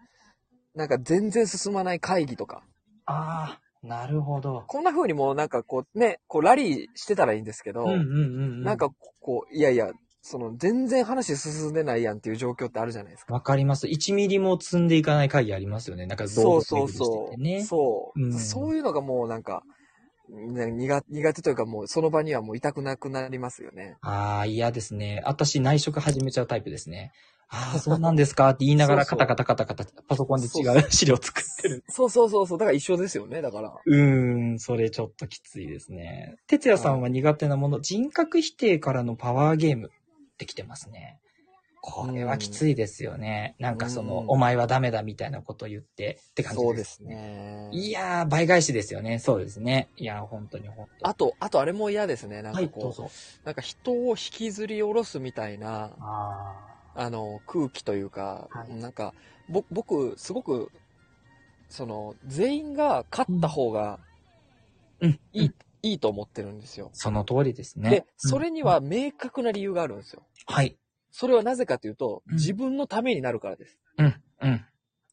なんか全然進まない会議とうか。ん。ああ、なるほど。こんな風にもうなんかこうね、こうラリーしてたらいいんですけど、うんうんうん。なん、かこう、いやいや、その全然話進んでないやんっていう状況ってあるじゃないですか。わかります。1ミリも積んでいかない会議ありますよね。なんかそ動う画そ巡うりしてそてう。ね。そう、うんそういうのがもうなんか、ね苦苦手というかもうその場にはもういたくなくなりますよね。ああ、嫌ですね。私、内職始めちゃうタイプですね。あ あ、そうなんですかって言いながら、そカうそタうカタカタカタ、パソコンで違そうう資料作ってる。そうそうそうそう。だから一緒ですよね。だから。うーん、それちょっときついですね。哲也さんは苦手なもの、人格否定からのパワーゲームってきてますね。これはきついですよね。なんかそのう、んお前はダメだみたいなこと言ってって感じそうでですす。ね。いやー、倍返しですよね。そうですね。いやー、本当に本当に。あと、あとあれも嫌ですね。なんはかい、こう、どうぞ。なんか人を引きずり下ろすみたいな、ああの、空気というか、はいなんか、ぼ、僕、すごく、その、全員が勝った方がーうん、いい、いいと思ってるんですよ。その通りですね。で、それにうん、は明確な理由があるんですよ。はい。それはなぜかというと、うん自分のためになるからです。うん、うん。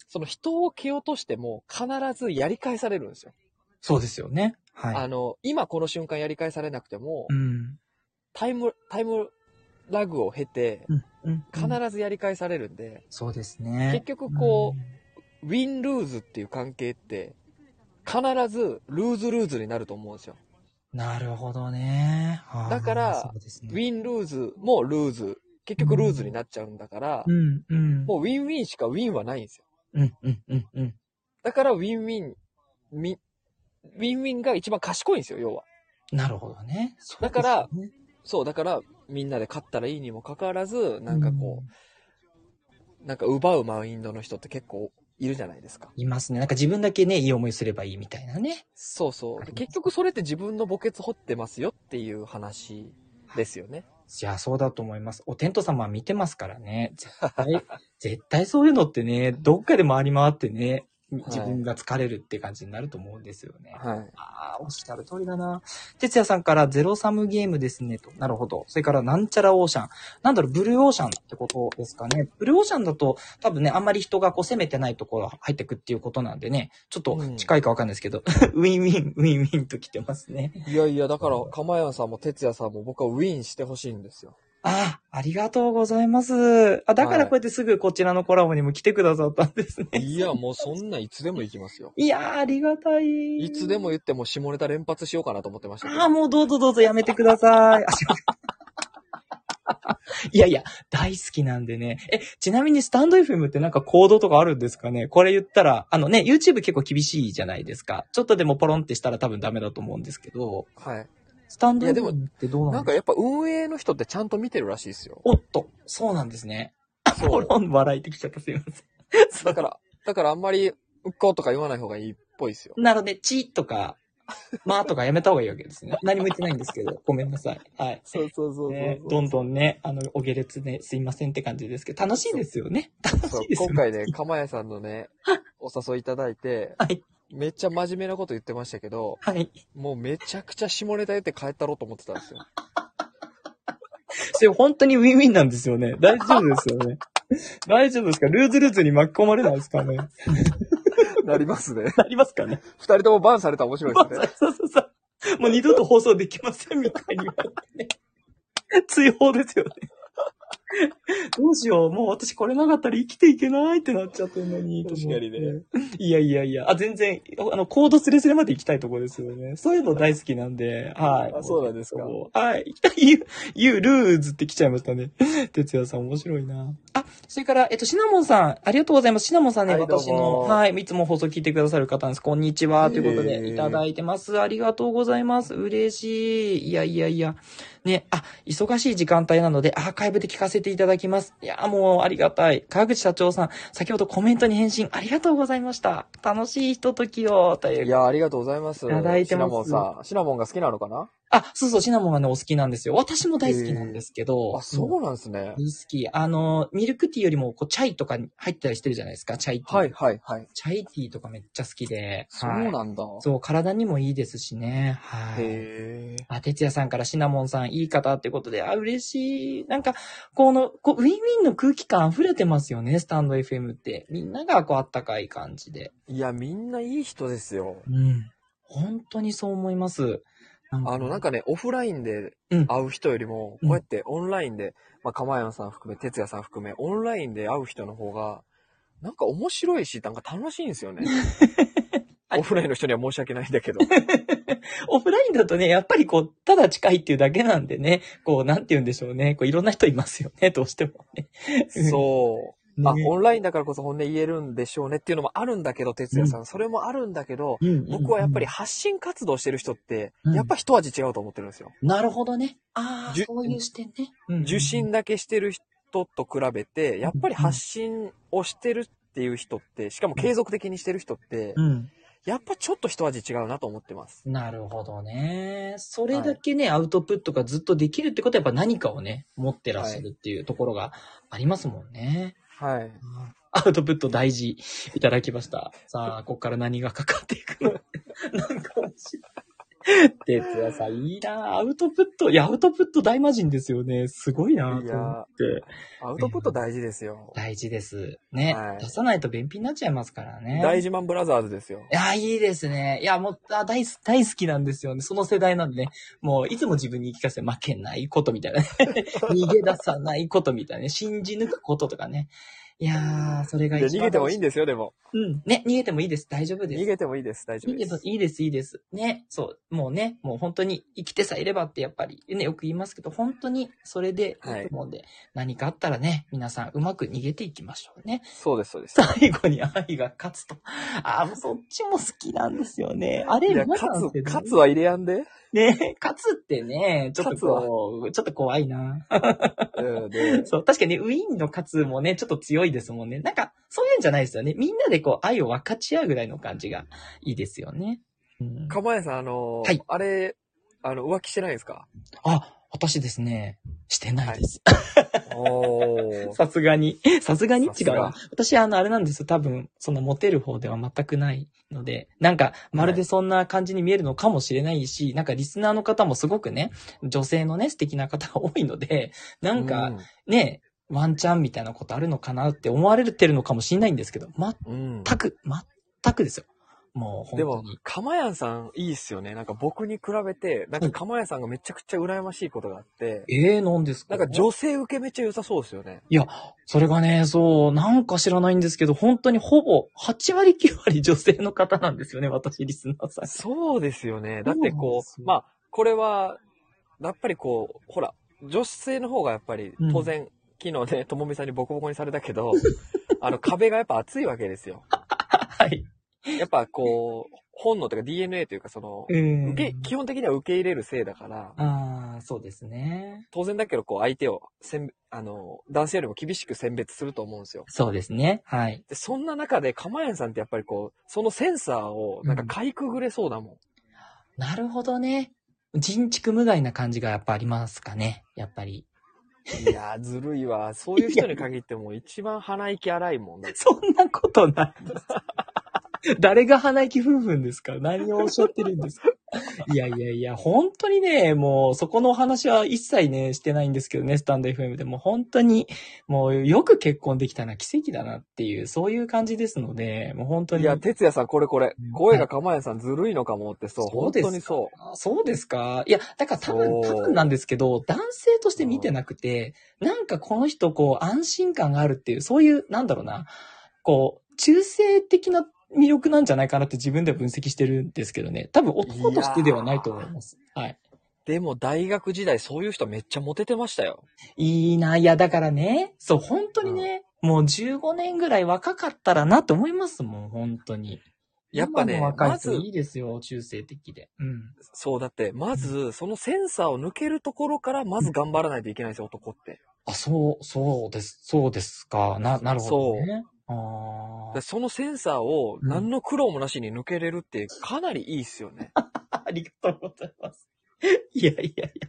その人を蹴落としても必ずやり返されるんですよ。そうですよね。はあの、今この瞬間やり返されなくてもい。う、ん。タイム、タイムラグを経て、うん、うん。必ずやり返されるんで、そうですね。結局こうんウィン・ルーズっていう関係って、必ずルーズ・ルーズになると思うんですよ。なるほどね。あーだからそうですねウィン・ルーズもルーズ、結局ルーズになっちゃうんだからう、ん、うん。もうウィン・ウィンしかウィンはないんですよ。うん、うん、うん、うん。だからウィン・ウィン、みウィン・ウィンが一番賢いんですよ、要は。なるほどね。そうだからですね、そう、だからみんなで勝ったらいいにもかかわらず、なんかこうんう、なんか奪うマインドの人って結構いるじゃないですか。いますね。なんか自分だけね、いい思いすればいいみたいなね。そう そう。で結局それって自分の墓穴掘ってますよっていう話ですよね。いや、そうだと思います。お天道様は見てますからね。絶対、 絶対そういうのってね、どっかで回り回ってね、自分が疲れるって感じになると思うんですよね。はい。ああ、おっしゃる通りだな。哲也さんからゼロサムゲームですねと。なるほど。それからなんちゃらオーシャン。なんだろう、ブルーオーシャンってことですかね。ブルーオーシャンだと多分ね、あんまり人がこう攻めてないところ入ってくっていうことなんでね、ちょっと近いかわかんないですけど、 ウィンウィン、ウィンウィンと来てますね。いやいや、だから、かまやんさんも哲也さんも僕はウィンしてほしいんですよ。ああ、ありがとうございます。あ、だからこうやってすぐこちらのコラボにも来てくださったんです ね。いや、もうそんないつでも行きますよ。いやー、ありがたい。いつでも言っても下ネタ連発しようかなと思ってましたけど ああ、。もうどうぞどうぞやめてください。あいやいや、大好きなんでね。え、ちなみにスタンド FM ってなんか行動とかあるんですかねこれ言ったら、あのね、YouTube 結構厳しいじゃないですか。ちょっとでもポロンってしたら多分ダメだと思うんですけど、はい。スタンドいやでも FM ってどうななんんですかかやっぱ運営の人ってちゃんと見てるらしいです よ。おっと、そうなんですね。ポそう。ロン笑いってきちゃったすいません。そだうから、だからあんまり、うっことか言わない方がいいっぽいですよ。なので、ちと か、まあとかやめた方がいいわけですね。何も言ってないんですけ ど、ごめんなさい。はい。そうそうそうそうそう。ね、どんどんね、あの、お下劣ね、すいませんって感じですけど、楽しいですよね。楽そうしいですよ今ね。回ね、釜谷さんのね、お誘いいただいて、はい。めっちゃ真面目なこと言ってましたけど、はい。もうめちゃくちゃ下ネタ言って帰ったろうと思ってたんですよ。それ本当にウィンウィンなんですよね。大丈夫ですよね。大丈夫ですかルーズルーズに巻き込まれないですかねなりますね。 なりますかね二人ともバンされたら面白いですね。そうそうそう。もう二度と放送できませんみたいに言われてね。追放ですよね。どうしよう。もう私これなかったら生きていけないってなっちゃってるのに。確かにねと思って。いやいやいや。あ、全然、あの、コードスレスレまで行きたいとこですよね。そういうの大好きなんで、はい。あそうなんですかはい。 ゆ、ゆ、ルーズって来ちゃいましたね。哲也さん面白いな。あ、それから、えっと、シナモンさん、ありがとうございます。シナモンさんね、はいどうも私の、はい、いつも放送聞いてくださる方なんです。こんにちは。ということえで、ーいただいてます。ありがとうございます。嬉しい。いやいやいや。ね、あ、忙しい時間帯なので、アーカイブで聞かせていただきます。いや、もう、ありがたい。川口社長さん、先ほどコメントに返信、ありがとうございました。楽しいひとときを、というい。や、ありがとうございます。いただいてますシナモンさん。シナモンが好きなのかなあ、そうそう、シナモンがね、お好きなんですよ。私も大好きなんですけど。あ、そうなんですね大。好き。あの、ミルクティーよりも、こう、チャイとかに入ってたりしてるじゃないですか、チャイティー。はいはいはい。チャイティーとかめっちゃ好きで。そうはいなんだ。そう、体にもいいですしね。はい。へえ。あ、哲也さんからシナモンさん、いい方ってことで、あ、嬉しい。なんか、この、こう、ウィンウィンの空気感溢れてますよね、スタンド FM って。みんなが、こう、あったかい感じで。いや、みんないい人ですよ。うん。本当にそう思います。あの、なんか、かね、オフラインでうん会う人よりも、うんこうやってオンラインで、まあ、かまやんさん含め、哲也さん含め、オンラインで会う人の方が、なんか面白いし、なんか楽しいんです よね。はいオフラインの人には申し訳ないんだけど。オフラインだとね、やっぱりこう、ただ近いっていうだけなんでね、こう、なんて言うんでしょうね。こう、いろんな人いますよね、どうしてもね。そう。ねあ、オンラインだからこそ本音言えるんでしょうねっていうのもあるんだけど、哲也さん、それもあるんだけど、うんうんうん僕はやっぱり発信活動してる人って、うんやっぱ一味違うと思ってるんですよ。なるほどね。ああ、じゅそういう視点ね。うんうん受信だけしてる人と比べて、やっぱり発信をしてるっていう人って、しかも継続的にしてる人って、うん。やっぱちょっと一味違うなと思ってます。なるほどね。それだけね、アウトプットがずっとできるってことはやっぱ何かをね、持ってらっしゃるっていうところがありますもんね。はい。アウトプット大事いただきました。さあ、ここから何がかかっていくのなんか面白い。哲也さん、いいなあアウトプット、いや、アウトプット大魔人ですよね。すごいなあと思って。アウトプット大事ですよ。大事です。ね、はい出さないと便秘になっちゃいますからね。大事マンブラザーズですよ。いや、いいですね。いや、もう、あ大好き、大好きなんですよね。その世代なんでね。もう、いつも自分に言い聞かせて負けないことみたい なね。逃げ出さないことみたいなね。信じ抜くこととかね。いやー、それがで逃げてもいいんですよ、でも。大事うん。ね、逃げてもいいです。大丈夫です。逃げてもいいです、大丈夫いいでですす。、いいです、いいです。ね、そう、もうね、もう本当に生きてさえいればってやっぱりね、よく言いますけど、本当にそれでいいと思うんで、何かあったらね、皆さんうまく逃げていきましょうね。そうです、そうです。最後に愛が勝つと。ああ、そっちも好きなんですよね。あれ、いや、皆さ勝んってねつ、勝つは入れやんで。ね、勝つってね、ちょっと勝つはこう、ちょっと怖いな。うん、で、そう、確かにウィーンの勝つもね、ちょっと強いですもんね。なんか、そういうんじゃないですよね。みんなでこう、愛を分かち合うぐらいの感じがいいですよね。うん、かまやさん、あのーはいあれ、あの、浮気してないで すかあ、私ですね、してないです。おー。さすがに。さすがにさ違すうがな。私、あの、あれなんですよ。多分、そのモテる方では全くないので、なんか、まるでそんな感じに見えるのかもしれないし、なんかリスナーの方もすごくね、女性のね、素敵な方が多いので、なんうか、ね、ワンチャンみたいなことあるのかなって思われてるのかもしれないんですけど、うん。全く、全くですよ。もう、で本当もに。、かまやんさんいいっすよね。なんか僕に比べて、なんかかまやさんがめちゃくちゃ羨ましいことがあって、ええなんですなかんか女性受けめっちゃ良さそうですよね。それがね、そう、なんか知らないんですけど、本当にほぼ8割9割女性の方なんですよね、私、リスナーさん。そうですよね。だってこそうう、なまあ、これは、やっぱりこう、ほら、女性の方がやっぱりうん、当然、昨日ね、 ともみさんにボコボコにされたけ ど、あの、壁がやっぱ厚いわけですよ。はい。やっぱこう、本能というか DNA というか、その、うん受け、基本的には受け入れる性だから、ああ、そうですね。当然だけど、こう、相手を、せん、あの、男性よりも厳しく選別すると思うんですよ。そうですね。はい。で、そんな中で、かまやんさんってやっぱりこう、そのセンサーを、なんか、かいくぐれそうだもん。なるほどね。人畜無害な感じがやっぱありますかね。やっぱり。いやー、ずるいわ。そういう人に限っても、一番鼻息荒いもんだって。そんなことないです。誰が鼻息夫婦んですか何をおっしゃってるんですか いやいやいや、本当にね、もうそこのお話は一切ね、してないんですけどね、スタンド FM でも本当に、もうよく結婚できたな、奇跡だなっていう、そういう感じですので、もう本当いに。や、哲也さん、これこれうん。声がかまやんさんずるいのかもって、そう、そう本ですか当にそう。あそうですかいや、だから多分、そう多分なんですけど、男性として見てなくて、なんかこの人、こう、安心感があるっていう、そういう、なんだろうな、こう、中性的な魅力なんじゃないかなって自分では分析してるんですけどね。多分男としてではないと思います。はい。でも、大学時代、そういう人めっちゃモテてましたよ。いいな、いや、だからね、そう、本当にね、もう15年ぐらい若かったらなと思いますもん、本当に。やっぱね今の若い人まずいいですよ、中性的で。うん。そう、だって、まず、そのセンサーを抜けるところから、まず頑張らないといけないんですよ、男って。あ、そう、そうです、そうですか。な、なるほどね。あでそのセンサーを、何の苦労もなしに抜けれるって、かなりいいっすよね。 あ。ありがとうございます。 いやいやいや。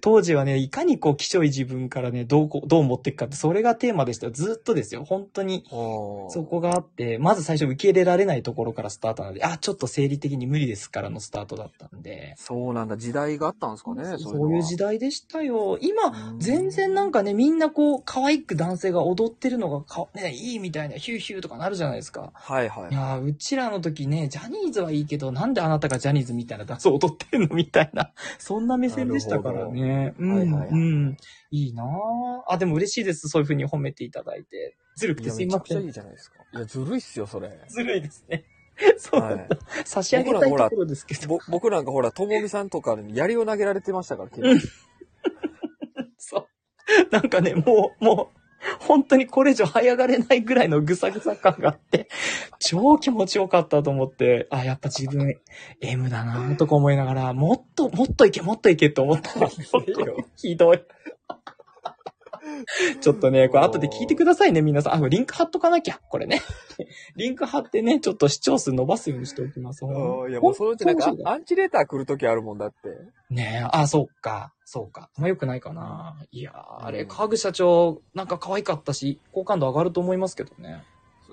当時はね、いかにこう、気象い自分からね、どうこう、どう持っていくかって、それがテーマでしたよ。ずっとですよ。本当に。おーそこがあって、まず最初受け入れられないところからスタートなので、あ、ちょっと生理的に無理ですからのスタートだったんで。そうなんだ。時代があったんですかね、そういう時代代。でしたよ。今、うん全然なんかね、みんなこう、可愛く男性が踊ってるのがか、ね、いいみたいな、ヒューヒューとかなるじゃないですか。はいはいい。やーうちらの時ね、ジャニーズはいいけど、なんであなたがジャニーズみたいな ダンスを踊ってんのみたいな、 そんな目線でしたからね。うるほどん、はいはいはいうん。いいなーあ、でも嬉しいです。そういう風に褒めていただいて。ずるくいてや、すめいちゃまくせちゃん。いいじゃないですか。いや、ずるいっすよ、それ。ずるいですね。 そう、はい。 差し上げたい僕らもほとらころですけど。ぼ僕なんかほら、ともみさんとかに槍を投げられてましたから、昨日。そう。 なんかね、もう、もう、本当にこれ以上早がれないぐらいのぐさぐさ感があって、超気持ちよかったと思って、あ、やっぱ自分 M だなとか思いながら、もっと、もっといけ、もっといけと思った ら、ひどい。 ちょっとね、これ後で聞いてくださいね、皆さん。あ、リンク貼っとかなきゃ、これね。リンク貼ってね、ちょっと視聴数伸ばすようにしておきます。いや、もうそのうちなんか本当に、アンチレーター来るときあるもんだって。ねえ、あ、そうか、そうか。あんま良くないかな。いやー、あれ、うん川口社長、なんか可愛かったし、好感度上がると思いますけどね。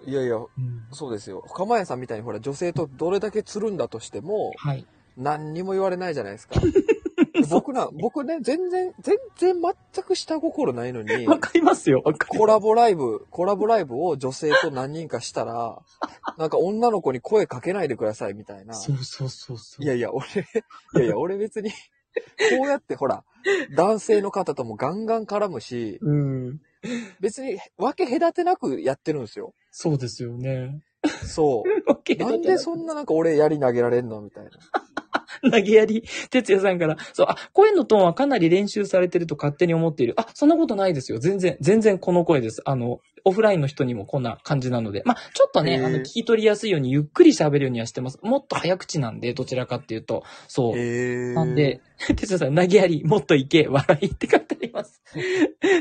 いやいや、うん。そうですよ。釜屋さんみたいにほら、女性とどれだけつるんだとしても、はい。何にも言われないじゃな いですか。僕な、僕ね、全然、全然全く下心ないのに、わかりますよ、わかりコラボライブ、コラボライブを女性と何人かした ら、なんか女の子に声かけないでくださいみたいな。そうそうそうそう。いやいや、俺、いやいや、俺別に、こうやってほら、男性の方ともガンガン絡むし、うん。別に分け隔てなくやってるんですよ。そうですよ ね。そう。なんでそんななんか俺槍投げられんのみたいな。 投げやり、哲也さんから、そう、あ、声のトーンはかなり練習されてると勝手に思っている。あ、そんなことないですよ。全然、全然この声です。あの、オフラインの人にもこんな感じなので。まあ、ちょっとねへ、ーあの、聞き取りやすいようにゆっくり喋るようにはしてます。もっと早口なんで、どちらかっていうと。そう。へえ。なんで、 哲也さん、投げやり、もっといけ、笑いって書いてあります。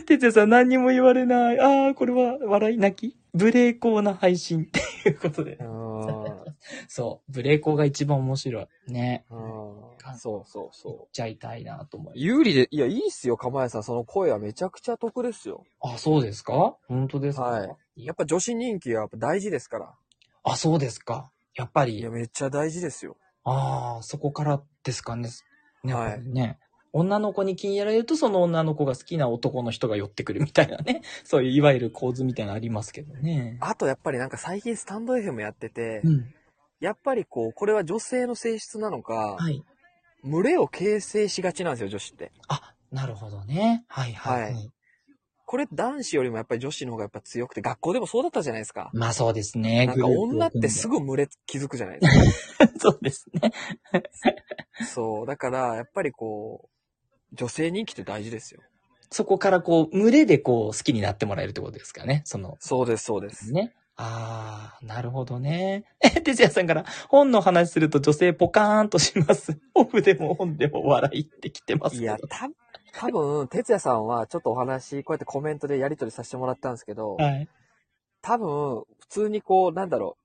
哲也さん、何にも言われない。あー、これは、笑い泣き無礼講な配信っていうことで う。ん。そう。無礼講が一番面白い。ね。うんそうそう行そ。っちゃいたいなと思いうます。有利で、いや、いいっすよ、釜屋さん。その声はめちゃくちゃ得ですよ。あ、そうですか本当ですか。はいやっぱ女子人気がやっぱ大事ですから。あ、そうですか。やっぱいりや、、めっちゃ大事ですよ。ああ、そこからですかね。ね、はいやっぱりね。女の子に気に入られると、その女の子が好きな男の人が寄ってくるみたいなね。 そういう、いわゆる構図みたいなのありますけどね。あとやっぱりなんか最近スタンド FM やってて、うん。やっぱりこう、これは女性の性質なのか、はい。群れを形成しがちなんですよ、女子って。あ、なるほどね。はいはい。はいこれ男子よりもやっぱり女子の方がやっぱ強くて、学校でもそうだったじゃないですか。まあそうですね。なんか女って すぐ。ぐ群れ気づくじゃないですそうですね。 か。そう。だから、やっぱりこ女性人気って大事ですよ。そこからこう、群れでこう、好きになってもらえるってことですかね。その、そうです、そうです。ね。ああ、なるほどね。 え、てつやさんから、本の話すると女性ポカーンとします。 オフでも本でも笑いってきてますいけど。や、た、多分、哲也さんはちょっとお話、こうやってコメントでやり取りさせてもらったんですけど、はい。多分、普通にこう、なんだろ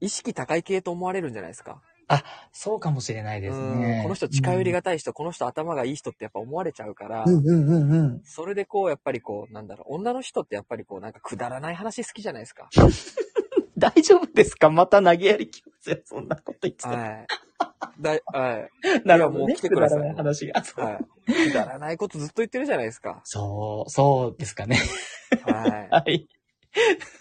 う、意識高い系と思われるんじゃないですか。そうかもしれないですうねん。この人近寄りがたい人、この人頭がいい人ってやっぱ思われちゃうから、うんうんうんうん。それでこう、やっぱりこう、なんだろう、女の人ってやっぱりこう、なんかくだらない話好きじゃないですか。大丈夫ですか また投げやりきますよ。そんなこと言ってたら。はい。だい、はい。 なるほどいやもね。う来てくださいらない話が。そうはい。くだらないことずっと言ってるじゃないですか。そう、そうですかね。 ははい。い。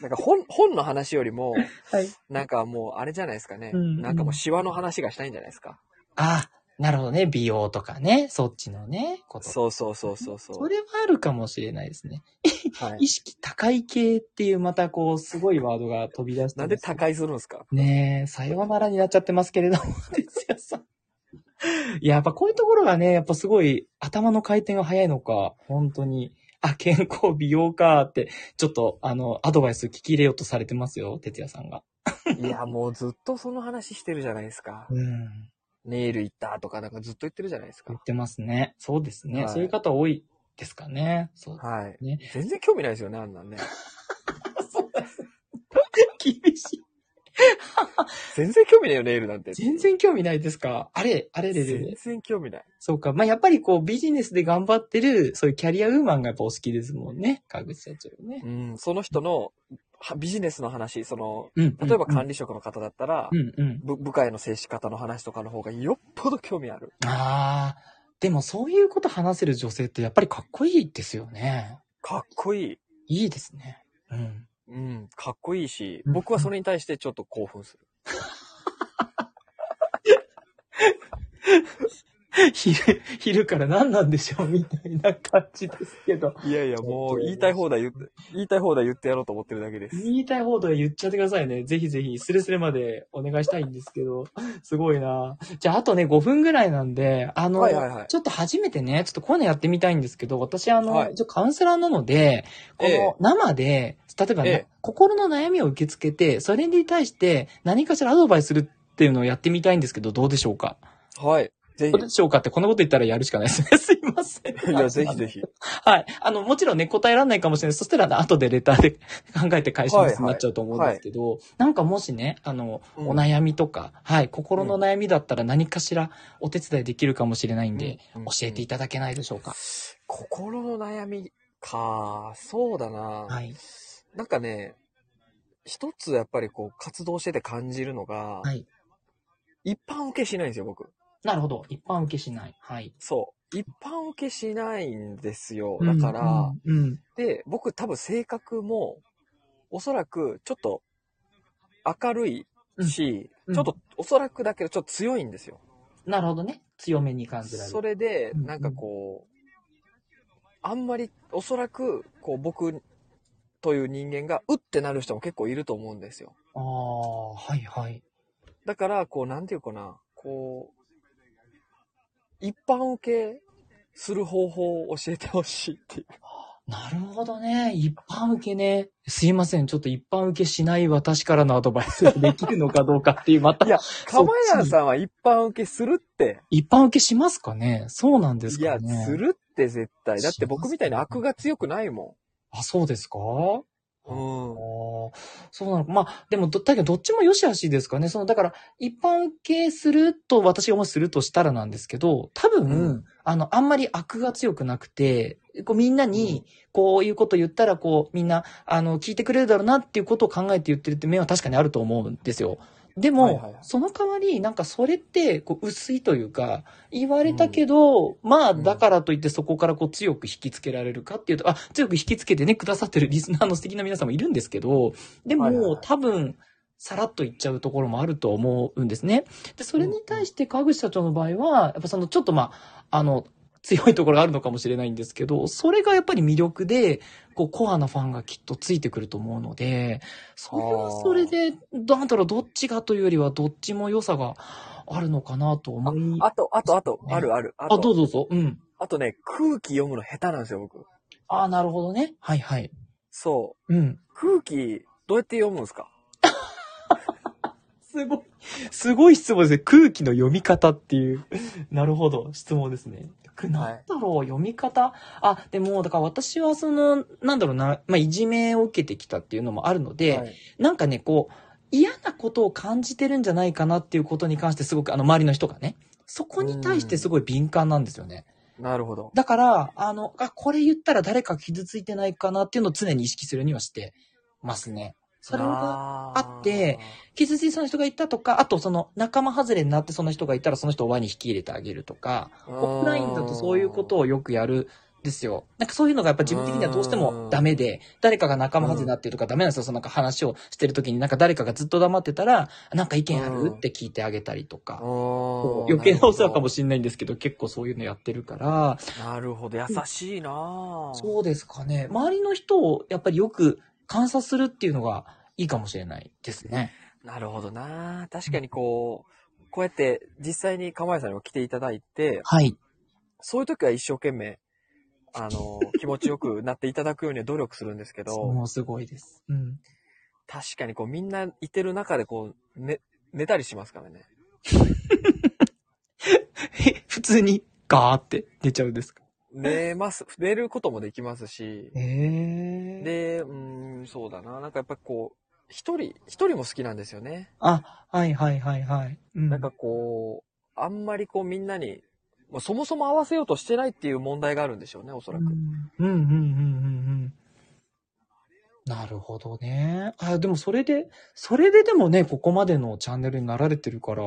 なんか本、本の話よりも、はい。なんかもう、あれじゃないですかね。うんうんなんかもう、シワの話がしたいんじゃないですか。あ、なるほどね。美容とかね。そっちのね、こと。そうそうそうそうそう。それはあるかもしれないですね。はい。意識高い系っていうまたこう、すごいワードが飛び出してなますんで他界するんですかねえ、さようならになっちゃってますけれど も、哲也さん。いや、やっぱこういうところがね、やっぱすごい頭の回転が早いのか、本当に。あ、健康、美容かって、ちょっと、あの、アドバイス聞き入れようとされてますよ、哲也さんが。いや、もうずっとその話してるじゃないですか。うん。ネイル行ったとか、なんかずっと言ってるじゃないです言かっ。てますね。そうですね。はいそういう方多いですかね。そう。はい。ね全然興味ないですよね、あんなんね。 厳しい。全然興味ないよ、ネイルなんて。全然興味ないですかあれ、あれれれ全れ。然興味ない。そうか。まあ、やっぱりこう、ビジネスで頑張ってる、そういうキャリアウーマンがやっぱお好きですもんね。川口社長ねう。ん、その人のはビジネスの話、その、うん。例えばうん管理職の方だったら、うんうん。部部下への接し方の話とかの方がよっぽど興味ある。ああ、でもそういうこと話せる女性ってやっぱりかっこいいですよね。かっこいい。いいですね。うん。 うん、かっこいいし、うん僕はそれに対してちょっと興奮する。昼、昼から何なんでしょうみたいな感じですけど。いやいや、もう言いたい放題言って、言いたい放題言ってやろうと思ってるだけです。言いたい放題言っちゃってくださいね。ぜひぜひ、スレスレまでお願いしたいんですけど。すごいなじゃあ、あとね、5分ぐらいなんで、あの、はいはいはいちょっと初めてね、ちょっとこういうのやってみたいんですけど、私、あの、はい一応カウンセラーなので、こえのえ生で、例えばね、ええ心の悩みを受け付けて、それに対して何かしらアドバイスするっていうのをやってみたいんですけど、どうでしょうかはい。ぜどうでしょうかって、こんなこと言ったらやるしかないですね。 すいませひ。ん。いや、ぜひぜひ。はい。あの、もちろんね、答えられないかもしれない。そしたら、ね、後でレターで 考えて返しますになっちゃうと思うんですけど、なんかもしね、あの、うんお悩みとか、はい、心の悩みだったら何かしらお手伝いできるかもしれないんで、うん教えていただけないでしょうか。心の悩みか、そうだな。はい。なんかね、一つやっぱりこう活動してて感じるのが、はい。一般受けしないんですよ、僕。なるほど。一般受けしない。はい。そう。一般受けしないんですよ。だから、うん、うん。うんで、僕多分性格も、おそらくちょっと明るいし、うんちょっとおそらくだけどちょっと強いんですよ。なるほどね。強めに感じられる。それで、うんなんかこう、あんまりおそらくこう僕という人間がうってなる人も結構いると思うんですよ。ああ、はいはい。だから、こう、なんていうかな、こう、一般受けする方法を教えてほしいっていう。なるほどね。一般受けね。すいません。ちょっと一般受けしない私からのアドバイスができるのかどうかっていう、またいや、そっち釜谷さんは一般受けするって。一般受けしますかねそうなんですいかや、ねするって絶対。だっしますて僕みたいに悪が強くないもあ、そうですかん。うんあ。ーそうなのか。まあ、でもど、だけどどっちも良し悪しですかね。その、だから、一般受けすると、私がもしするとしたらなんですけど、多分、うんあの、あんまり悪が強くなくて、こう、みんなうにん、こういうこと言ったら、こう、みんな、あの、聞いてくれるだろうなっていうことを考えて言ってるって面は確かにあると思うんですよ。でも、はいはいはいその代わり、なんかそれって、こう、薄いというか、言われたけど、まあ、うんだからといってそこからこう強く引きつけられるかっていうと、あ、強く引きつけてね、くださってるリスナーの素敵な皆さんもいるんですけど、でも、はいはいはい多分、さらっと言っちゃうところもあると思うんですね。で、それに対して川口社長の場合は、やっぱそのちょっとまあ、あの、強いところがあるのかもしれないんですけど、それがやっぱり魅力で、こう、コアなファンがきっとついてくると思うので、それはそれで、なんだろう、どっちがというよりは、どっちも良さがあるのかなと思い。あと、あと、あと、ねあるある。ああ、とどうぞどうぞ。うん。あとね、空気読むの下手なんですよ、僕。ああ、なるほどね。はいはい。そうん。う。空気、どうやって読むんですかすごい。すごい質問ですね。空気の読み方っていう。 なるほど。質問ですね。くなんだろう、読み方。あ、でも、だから私はその、なんだろうな、まあ、いじめを受けてきたっていうのもあるので、はいなんかね、こう、嫌なことを感じてるんじゃないかなっていうことに関してすごく、あの、周りの人がね、そこに対してすごい敏感なんですよね。なるほど。だから、あの、あ、これ言ったら誰か傷ついてないかなっていうのを常に意識するようにはしてますね。それが、があって、傷ついそうな人がいたとか、あとその仲間外れになってその人がいたらその人を輪に引き入れてあげるとか、オフラインだとそういうことを。をよくやるんですよ。なんかそういうのがやっぱ自分的にはどうしてもダメで、誰かが仲間外れになってるとかダメなんですよ。そのなんか話をしてる時になんか誰かがずっと黙ってたら、なんか意見あうるんって聞いてあげたりとか。こうあー余計なお世話かもしれないんですけど、結構そういうのやってるから、なるほど。優しいなぁそうですかね。周りの人をやっぱりよく観察するっていうのがいいかもしれないですね。なるほどなぁ確かにこう、こうやって実際に釜井さんにも来ていただいて、はい。そういう時は一生懸命、あの、気持ちよくなっていただくようには努力するんですけど、もうすごいです。うん。確かにこうみんないてる中でこう、ね、寝たりしますからね。え、普通にガーって出ちゃうんですか寝ます、寝ることもできますし、ええで、うーん、そうだななんかやっぱりこう、一人、一人も好きなんですよね。あ、はいはいはいはい。うん。なんかこう、あんまりこうみんなに、まあそもそも合わせようとしてないっていう問題があるんでしょうね、おそらく。うんうんうんうんうん。なるほどね。あ、でもそれで、それででもね、ここまでのチャンネルになられてるから、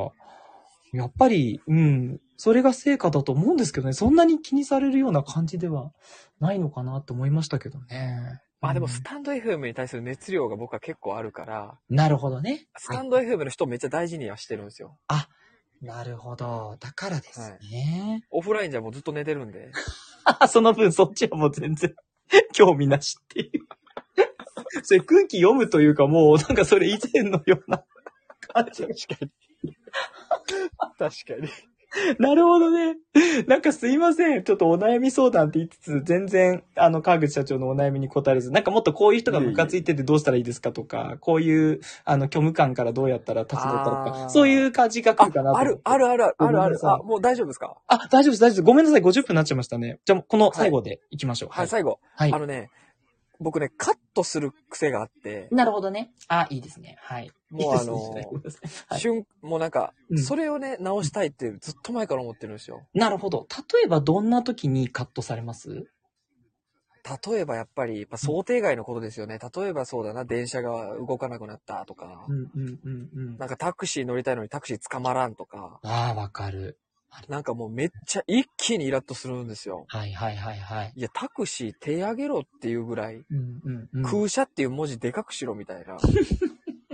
やっぱり、うん、それが成果だと思うんですけどね、そんなに気にされるような感じではないのかなと思いましたけどね。まあでもうんスタンド FM に対する熱量が僕は結構あるから、なるほどね。スタンド FM の人をめっちゃ大事にはしてるんですよ。なるほど。だからですね。オフラインじゃもうずっと寝てるんで。あ その分そっちはもう全然 興味なしっていう。 それ空気読むというかもうなんかそれ以前のような 感じ。かに。確か に。なるほどね。なんかすいません。ちょっとお悩み相談って言いつつ、全然、あの、川口社長のお悩みに答えず、なんかもっとこういう人がムカついててどうしたらいいですかとか、こういう、あの、虚無感からどうやったら立ち直ったらとあか、ーそういう感じが来あるかなと。ある、あるある、あるあごめんるな。さいあ、もう大丈夫ですかあ、大丈夫です、大丈夫です。ごめんなさい。50分になっちゃいましたね。じゃあ、この最後で行きましょう。はい、最後。はいあのね、僕ね、カットする癖があって、なるほどね。あ、いいですね。 はい。もうあいいですねの、ごめんなさいはい瞬、もうなんかう、んそれをね、直したいってずっと前から思ってるんですよ。なるほど。例えばどんな時にカットされます例えばやっぱり、やっぱ想定外のことですよね。例えばそうだな、電車が動かなくなったとか、んうんうんうんなんかタクシー乗りたいのにタクシー捕まらんとか、ああ、わかる。なんかもうめっちゃ一気にイラッとするんですよ。はいはいはいはい。いや、タクシー手上げろっていうぐらい、うんうんうん空車っていう文字でかくしろみたいな。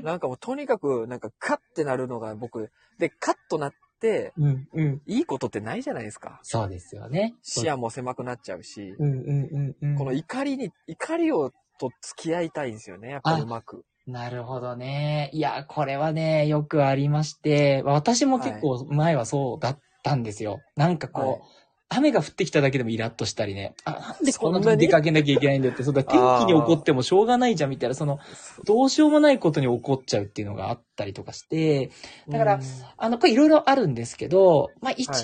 なんかもうとにかく、なんかカッてなるのが僕、で、カッとなって、うんうん。いいことってないじゃないですか。そうですよね。視野も狭くなっちゃうし、うんうんうんうん。この怒りに、怒りをと付き合いたいんですよね、やっぱりうまく。なるほどね。いや、これはね、よくありまして、私も結構前はそうだったんですよ。なんかこう、はい雨が降ってきただけでもイラッとしたりね。あ、なんでこんなそん時なに出かけなきゃいけないんだって。そうだ、天気に怒ってもしょうがないじゃんみたいな、その、どうしようもないことに怒っちゃうっていうのがあったりとかして、だからうんあの、これいろいろあるんですけど、まあ一番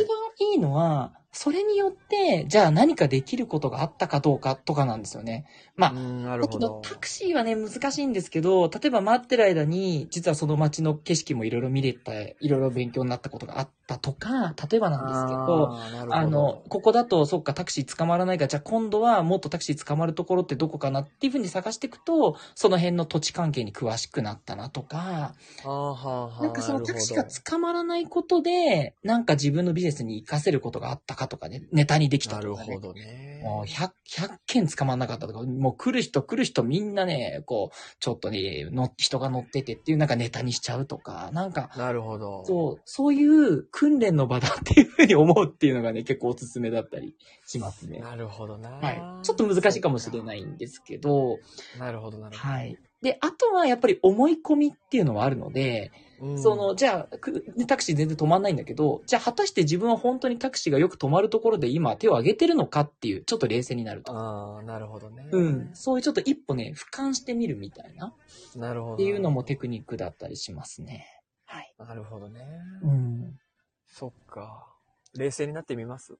いいのは、それによって、じゃあ何かできることがあったかどうかとかなんですよね。まあ、うん、なるだけほどど。タクシーはね、難しいんですけど、例えば待ってる間に、実はその街の景色もいろいろ見れた、いろいろ勉強になったことがあったとか、例えばなんですけど、あーなるほどあの、ここだと、そっか、タクシー捕まらないから、じゃあ今度はもっとタクシー捕まるところってどこかなっていうふうに探していくと、その辺の土地関係に詳しくなったなとか、あーはーはーなんかそのタクシーがなる捕まらないことで、なんか自分のビジネスに活かせることがあったかとかね、ネタにできたとか、ね。ほどなるほどね。もう100、100件捕まんなかったとか、もう来る人来る人みんなね、こう、ちょっとね、の人が乗っててっていうなんかネタにしちゃうとか、なんか、なるほど。そう、そういう訓練の場だっていうふうに思うっていうのがね、結構おすすめだったりしますね。なるほどな。。はい。ちょっと難しいかもしれないいんですけど、なるほどなるほど。はい。で、あとはやっぱり思い込みっていうのはあるので、うんその、、じゃあ、くねタクシー全然止まんないんだけど、じゃあ果たして自分は本当にタクシーがよく止まるところで今手を挙げてるのかっていう、ちょっと冷静になると。ああ、なるほどね。うん。そういうちょっと一歩ね、俯瞰してみるみたいな、なるほど。っていうのもテクニックだったりしますね。はい。なるほどね。 うん。そっか。冷静になってみます。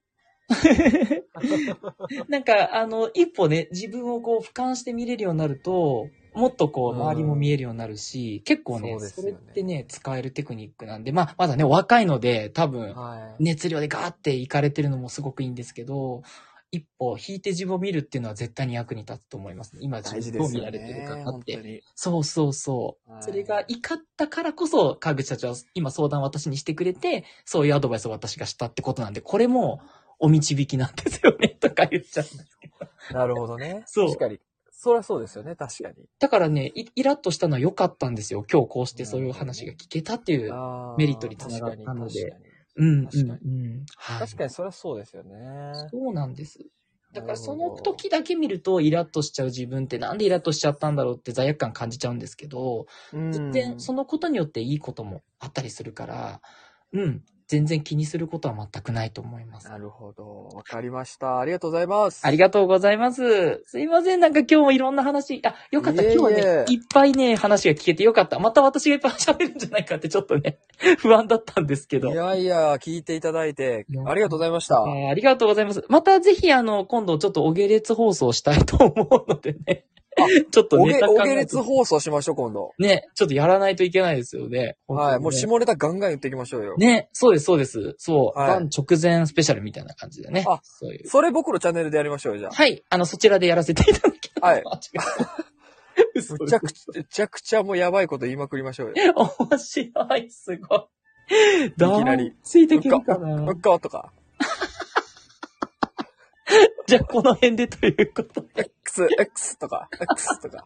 なんか、あの、一歩ね、自分をこう俯瞰して見れるようになると、もっとこう、うん周りも見えるようになるし、結構ねそうですそよれねってね、使えるテクニックなんで、まあ、まだね、お若いので、多分、はい。熱量でガーっていかれてるのもすごくいいんですけど、一歩引いて自分を見るっていうのは絶対に役に立つと思います。今大自事分でどうす見よられてるね。かなっ本当て。に。そうそうそう。はいそれが怒ったからこそ、川口社長は今相談を私にしてくれて、そういうアドバイスを私がしたってことなんで、これもお導きなんですよね、とか言っちゃった。 なるほどね。そう確かに。そりゃそうですよね。確かに。だからね、いイラッとしたのは良かったんですよ。今日こうしてそういう話が聞けたっていう。あーメリットにつながったので確かに。うん、うん、確うかにん。はい確かにそりゃそうですよね。そうなんです。だからそなるのほど時だけ見るとイラッとしちゃう自分ってなんでイラッとしちゃったんだろうって罪悪感感じちゃうんですけど、全然そのことによっていいこともあったりするから、うん、全然気にすることは全くないと思いますな。るほど。わかりました。ありがとうございます。ありがとうございます。すいません。なんか今日もいろんな話、あ、よかった。いえいえ今日はね、いっぱいね、話が聞けてよかった。また私がいっぱい 喋るんじゃないかってちょっとね、 不安だったんですけどい。やいや、聞いていただいていや、ありがとうございました。あーありがとうございます。またぜひ、あの、今度ちょっとお下列放送したいと思うのでねあ。 ちょっとおネげ、タお考げえれてつ放送しましょう、今度。ね、ちょっとやらないといけないですよね。はい。本当もうにね下ネタガンガン言っていきましょうよ。ね、そうです、そうです。そう。はいがん直前スペシャルみたいな感じでね。あそういう。それ僕のチャンネルでやりましょうよ、じゃはい。あの、そちらでやらせていただきあ。 はい。ます。 嘘むちゃくちゃ、むちゃくちゃもうやばいこと言いまくりましょうよ。 面白い、すごい。いきなり。ついうてっくるかか、うなっ。かとか、じゃあ、この辺でということで。 X、X とか、X とか。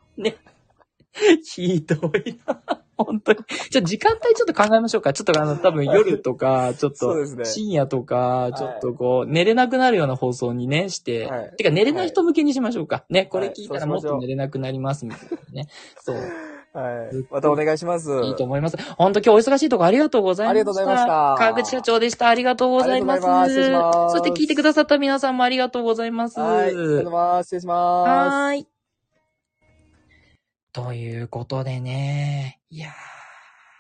ひどいな。 本当に。じゃあ時間帯ちょっと考えましょうか。ちょっとあの、多分夜とか、ちょっそうと、ですね。深夜とか、いちょっとこう、寝れなくなるような放送にね、して。はいてか、寝れない人向けにしましょうか。ね、これ聞いたらはいもっそうしましとょう寝れなくなります、みたいなね。そう。はい。またお願いします。いいと思います。本当今日お忙しいとこありがとうございました。ありがとうございました川口社長でした。ありがとうございます。ありがとうございます失礼しますそして聞いてくださった皆さんもありがとうございます。はい。ありがとうございます。失礼します。はーい。ということでね、いやー、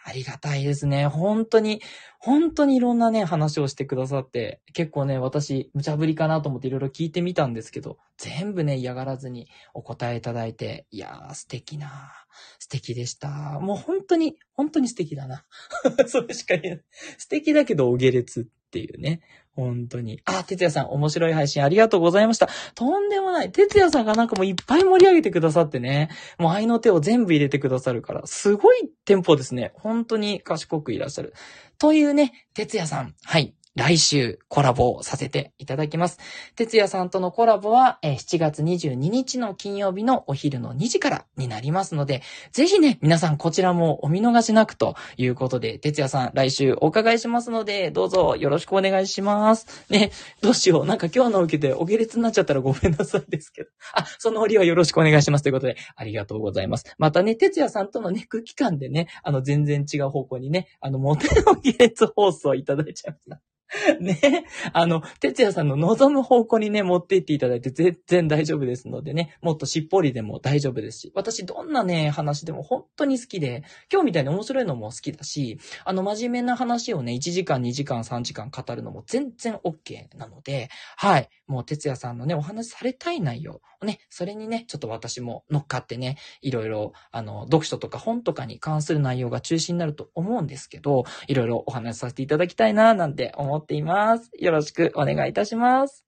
ありがたいですね。本当に、本当にいろんなね、話をしてくださって、結構ね、私、無茶ぶりかなと思っていろいろ聞いてみたんですけど、全部ね、嫌がらずにお答えいただいて、いやー、素敵な、素敵でした。もう本当に、本当に素敵だな。 それしか言えない。素敵だけど、お下劣っていうね。本当に。あ、てつやさん、面白い配信ありがとうございました。とんでもない。てつやさんがなんかもういっぱい盛り上げてくださってね。もう愛の手を全部入れてくださるから、すごいテンポですね。本当に賢くいらっしゃる。というね、てつやさん。はい。来週コラボをさせていただきます。てつやさんとのコラボは、えー7月22日の金曜日のお昼の2時からになりますので、ぜひね、皆さんこちらもお見逃しなくということで、てつやさん来週お伺いしますので、どうぞよろしくお願いします。ね、どうしよう。なんか今日のを受けてお下劣になっちゃったらごめんなさいですけど。あ、その折はよろしくお願いしますということで、ありがとうございます。またね、てつやさんとのね、空気感でね、あの、全然違う方向にね、あの、モテの下劣放送いただいちゃいました。 ね。あの、哲也さんの望む方向にね、持って行っていただいて全然大丈夫ですのでね、もっとしっぽりでも大丈夫ですし、私どんなね、話でも本当に好きで、今日みたいに面白いのも好きだし、あの、真面目な話をね、1時間、2時間、3時間語るのも全然 OK なので、はい。もう、哲也さんのね、お話しされたい内容をね、それにね、ちょっと私も乗っかってね、いろいろ、あの、読書とか本とかに関する内容が中心になると思うんですけど、いろいろお話しさせていただきたいな、なんて思っています。よろしくお願いいたします。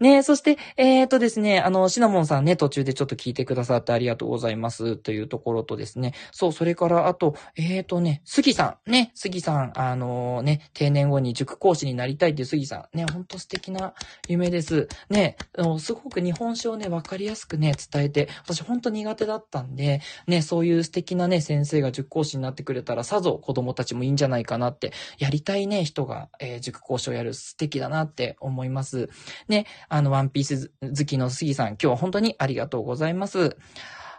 ねえ、そして、えー、とですね、あの、シナモンさんね、途中でちょっと聞いてくださってありがとうございます、というところとですね、そう、それから、あと、えー、とね、杉さん、ね、杉さん、あのね、定年後に塾講師になりたいっていう杉さん、ね、ほんと素敵な夢です。ね、あのすごく日本史をね、わかりやすくね、伝えて、私ほんと苦手だったんで、ね、そういう素敵なね、先生が塾講師になってくれたら、さぞ子供たちもいいんじゃないかなって、やりたいね、人が、えー塾講師をやる素敵だなって思います。ね、あの、ワンピース好きの杉さん、今日は本当にありがとうございます。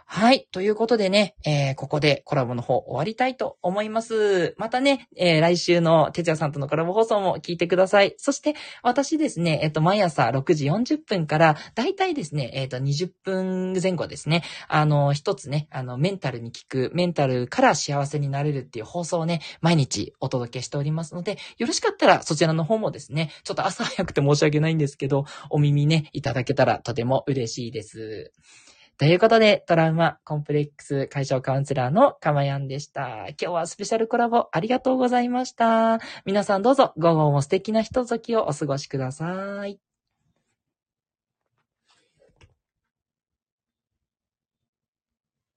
はい。ということでね、えー、ここでコラボの方終わりたいと思います。またね、えー、来週の哲也さんとのコラボ放送も聞いてください。そして、私ですね、えっ、と、毎朝6時40分から、だいたいですね、えっ、と、20分前後ですね、あの、一つね、あの、メンタルに効く、メンタルから幸せになれるっていう放送をね、毎日お届けしておりますので、よろしかったらそちらの方もですね、ちょっと朝早くて申し訳ないんですけど、お耳ね、いただけたらとても嬉しいです。ということで、トラウマコンプレックス解消カウンセラーのかまやんでした。今日はスペシャルコラボありがとうございました。皆さんどうぞ午後も素敵なひとときをお過ごしください。